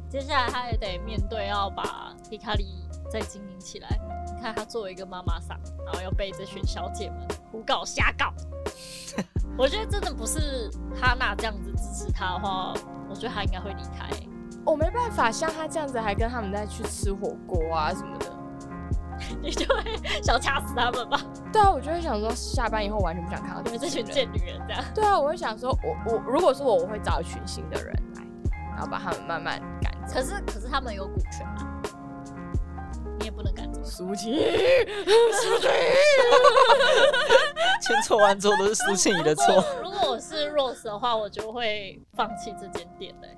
Speaker 1: 接下来他也得面对要把皮卡里再经营起来。你看他作为一个妈妈桑，然后要被这群小姐们胡搞瞎搞， 我觉得真的不是哈娜这样子支持他的话，我觉得他应该会离开、
Speaker 2: 我没办法像他这样子，还跟他们再去吃火锅啊什么的。
Speaker 1: 你就会想掐死他 们吧，
Speaker 2: 对啊，我就会想说，下班以后完全不想看到
Speaker 1: 你们这群
Speaker 2: 人。
Speaker 1: 贱女人这样。
Speaker 2: 对啊，我会想说，我我如果说我我会找一群新的人来，然后把他们慢慢赶走。
Speaker 1: 可是可是他们有股权啊，你也不能赶走。
Speaker 2: 苏青，
Speaker 3: 千错万错都是苏倩怡的错。
Speaker 1: 如果我是 Rose 的话，我就会放弃这间店嘞、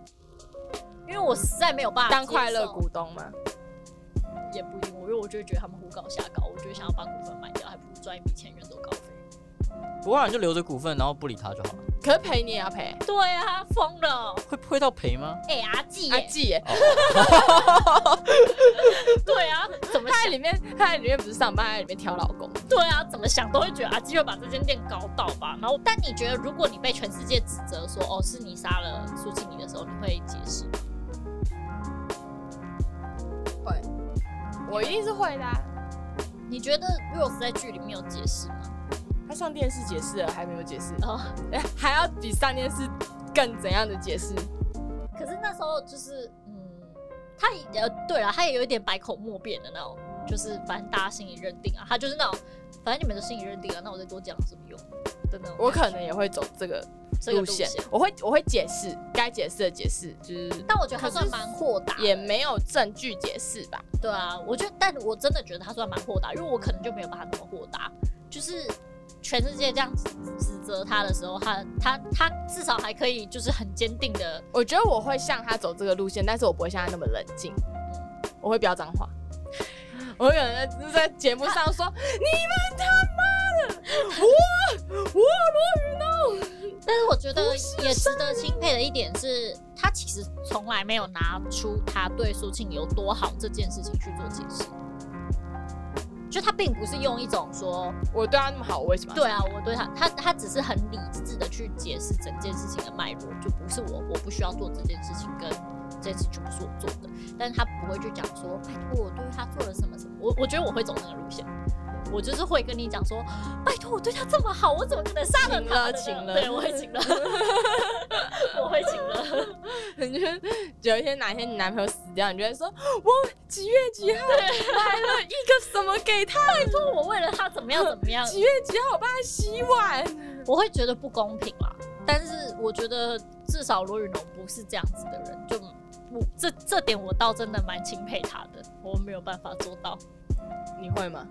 Speaker 1: 因为我实在没有办法
Speaker 2: 当
Speaker 1: 接
Speaker 2: 快乐
Speaker 1: 受
Speaker 2: 股东嘛。
Speaker 1: 也不一定，因为我就会觉得他们胡搞瞎搞，我就会想要把股份卖掉，还不如赚一笔钱远走高飞。
Speaker 3: 不过你就留着股份，然后不理他就好了。
Speaker 2: 可是赔你也要赔，
Speaker 1: 对啊，疯了！
Speaker 3: 会会到赔吗？
Speaker 1: 哎、阿纪
Speaker 2: 阿
Speaker 1: 耶，
Speaker 2: 纪耶，
Speaker 1: 对啊， 怎么
Speaker 2: 他在
Speaker 1: 想？
Speaker 2: 里面，他在里面不是上班，他在里面挑老公。
Speaker 1: 对啊，怎么想都会觉得阿纪会把这间店搞倒吧。然后，但你觉得如果你被全世界指责说哦是你杀了苏庆怡的时候，你会解释吗？
Speaker 2: 我一定是会的啊、
Speaker 1: 你觉得 Rose 在剧里面有解释吗？
Speaker 2: 他上电视解释了，还没有解释，
Speaker 1: 哦，
Speaker 2: 呃还要比上电视更怎样的解释？
Speaker 1: 可是那时候就是嗯，他也呃对了，他也有一点百口莫辩的那种，就是反正大家心里认定啊，他就是那种反正你们都心里认定啊，那我再多讲有什么用？真的，
Speaker 2: 我可能也会走这个
Speaker 1: 这个
Speaker 2: 路
Speaker 1: 路
Speaker 2: 线
Speaker 1: 线。，
Speaker 2: 我会我会解释，该解释的解释，就是
Speaker 1: 但我觉得他
Speaker 2: 可是
Speaker 1: 算蛮豁达的，
Speaker 2: 也没有证据解释吧。
Speaker 1: 对啊，我觉得，但我真的觉得他算蛮豁达，因为我可能就没有办法那么豁达。就是全世界这样指指责他的时候，他他他至少还可以就是很坚定的，
Speaker 2: 我觉得我会像他走这个路线，但是我不会像他那么冷静，我会飙脏话。我可能就是在节目 上说：“你们他妈的，我我罗宇农。
Speaker 1: 但是我觉得
Speaker 2: 不是
Speaker 1: 也值得钦佩的一点是，他其实从来没有拿出他对苏庆有多好这件事情去做解释。就他并不是用一种说，”
Speaker 2: 我对他那么好，我为什么要
Speaker 1: 对啊，我对他，他他只是很理智的去解释整件事情的脉络，就不是我，我不需要做这件事情，跟这件事情不是我做的，但是他不会去讲说，拜托我对他做了什么什么，我我觉得我会走那个路线，我就是会跟你讲说，拜托我对他这么好，我怎么可能杀了
Speaker 2: 请
Speaker 1: 他
Speaker 2: 了
Speaker 1: 呢？
Speaker 2: 请了
Speaker 1: 对，我会请了， 我会请了，
Speaker 2: 你觉得有一天哪一天你男朋友死掉，你就会说：“我几月几号买了一个什么给他，
Speaker 1: 拜托我为了他怎么样怎么 样，
Speaker 2: 几月几号我帮他洗碗。
Speaker 1: 我会觉得不公平啦。但是我觉得至少罗宇农不是这样子的人，就我这这点我倒真的蛮钦佩他的，我没有办法做到。”
Speaker 2: 你会吗？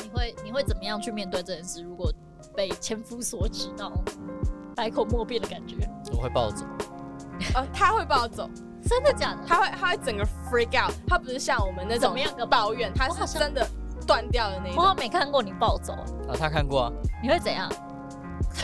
Speaker 1: 你会你会怎么样去面对这件事？如果被千夫所指到百口莫辩的感觉，
Speaker 3: 我会暴走。
Speaker 2: 哦，他会暴走，
Speaker 1: 真的假的？
Speaker 2: 他会他会整个 freak out，他不是像我们那
Speaker 1: 怎
Speaker 2: 种
Speaker 1: 么样个
Speaker 2: 抱怨，他
Speaker 1: 我好
Speaker 2: 是
Speaker 1: 像
Speaker 2: 真的断掉的那一
Speaker 1: 我
Speaker 2: 种
Speaker 1: 好。像没看过你暴走，
Speaker 3: 啊，他看过啊，
Speaker 1: 你会怎样？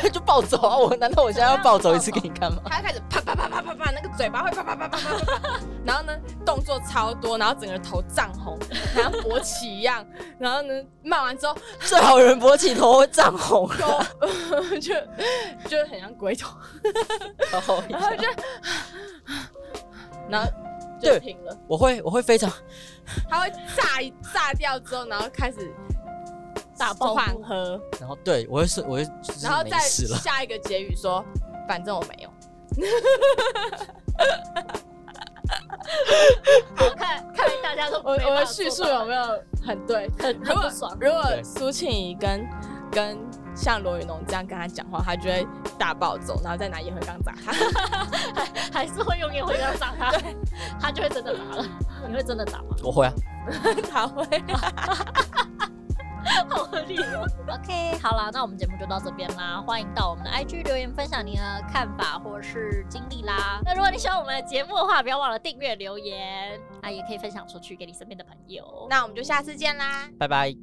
Speaker 3: 他就暴走啊！我难道我现在要暴走一次给你看吗？
Speaker 2: 他开始啪啪啪啪啪啪，那个嘴巴会啪啪啪啪啪啪啪，然后呢动作超多，然后整个头涨红，然后勃起一样，然后呢骂完之后
Speaker 3: 最好有人勃起头会涨红，
Speaker 2: 就 就就很像鬼头，
Speaker 3: 然后
Speaker 2: 然后就然后就
Speaker 3: 对
Speaker 2: 停了，
Speaker 3: 我会我会非常
Speaker 2: 他会炸一炸掉之后，然后开始
Speaker 1: 大爆
Speaker 2: 缓
Speaker 1: 发
Speaker 2: 和，
Speaker 3: 然后对我会是我会就是
Speaker 2: 然后
Speaker 3: 没
Speaker 2: 再
Speaker 3: 事了。
Speaker 2: 下一个结语说，反正我没有。
Speaker 1: 好看，看来大家都
Speaker 2: 我
Speaker 1: 没
Speaker 2: 我
Speaker 1: 办法
Speaker 2: 的叙述
Speaker 1: 做到
Speaker 2: 有没有很对？
Speaker 1: 很
Speaker 2: 如
Speaker 1: 很
Speaker 2: 果
Speaker 1: 不 爽？
Speaker 2: 如果
Speaker 3: 对
Speaker 2: 苏庆怡跟跟像罗云龙这样跟他讲话，他就会大暴走，然后再拿烟灰缸砸他。
Speaker 1: 还是会用烟灰缸砸他，他就会真的打了。你会真的打吗？
Speaker 3: 我会啊，
Speaker 2: 他会
Speaker 1: 好合理哦。OK，好 啦，那我们节目就到这边啦。欢迎到我们的 IG 留言分享你的看法或是经历啦。那如果你喜欢我们的节目的话，不要忘了订阅、留言，啊，也可以分享出去给你身边的朋友。
Speaker 2: 那我们就下次见啦。
Speaker 3: 拜拜。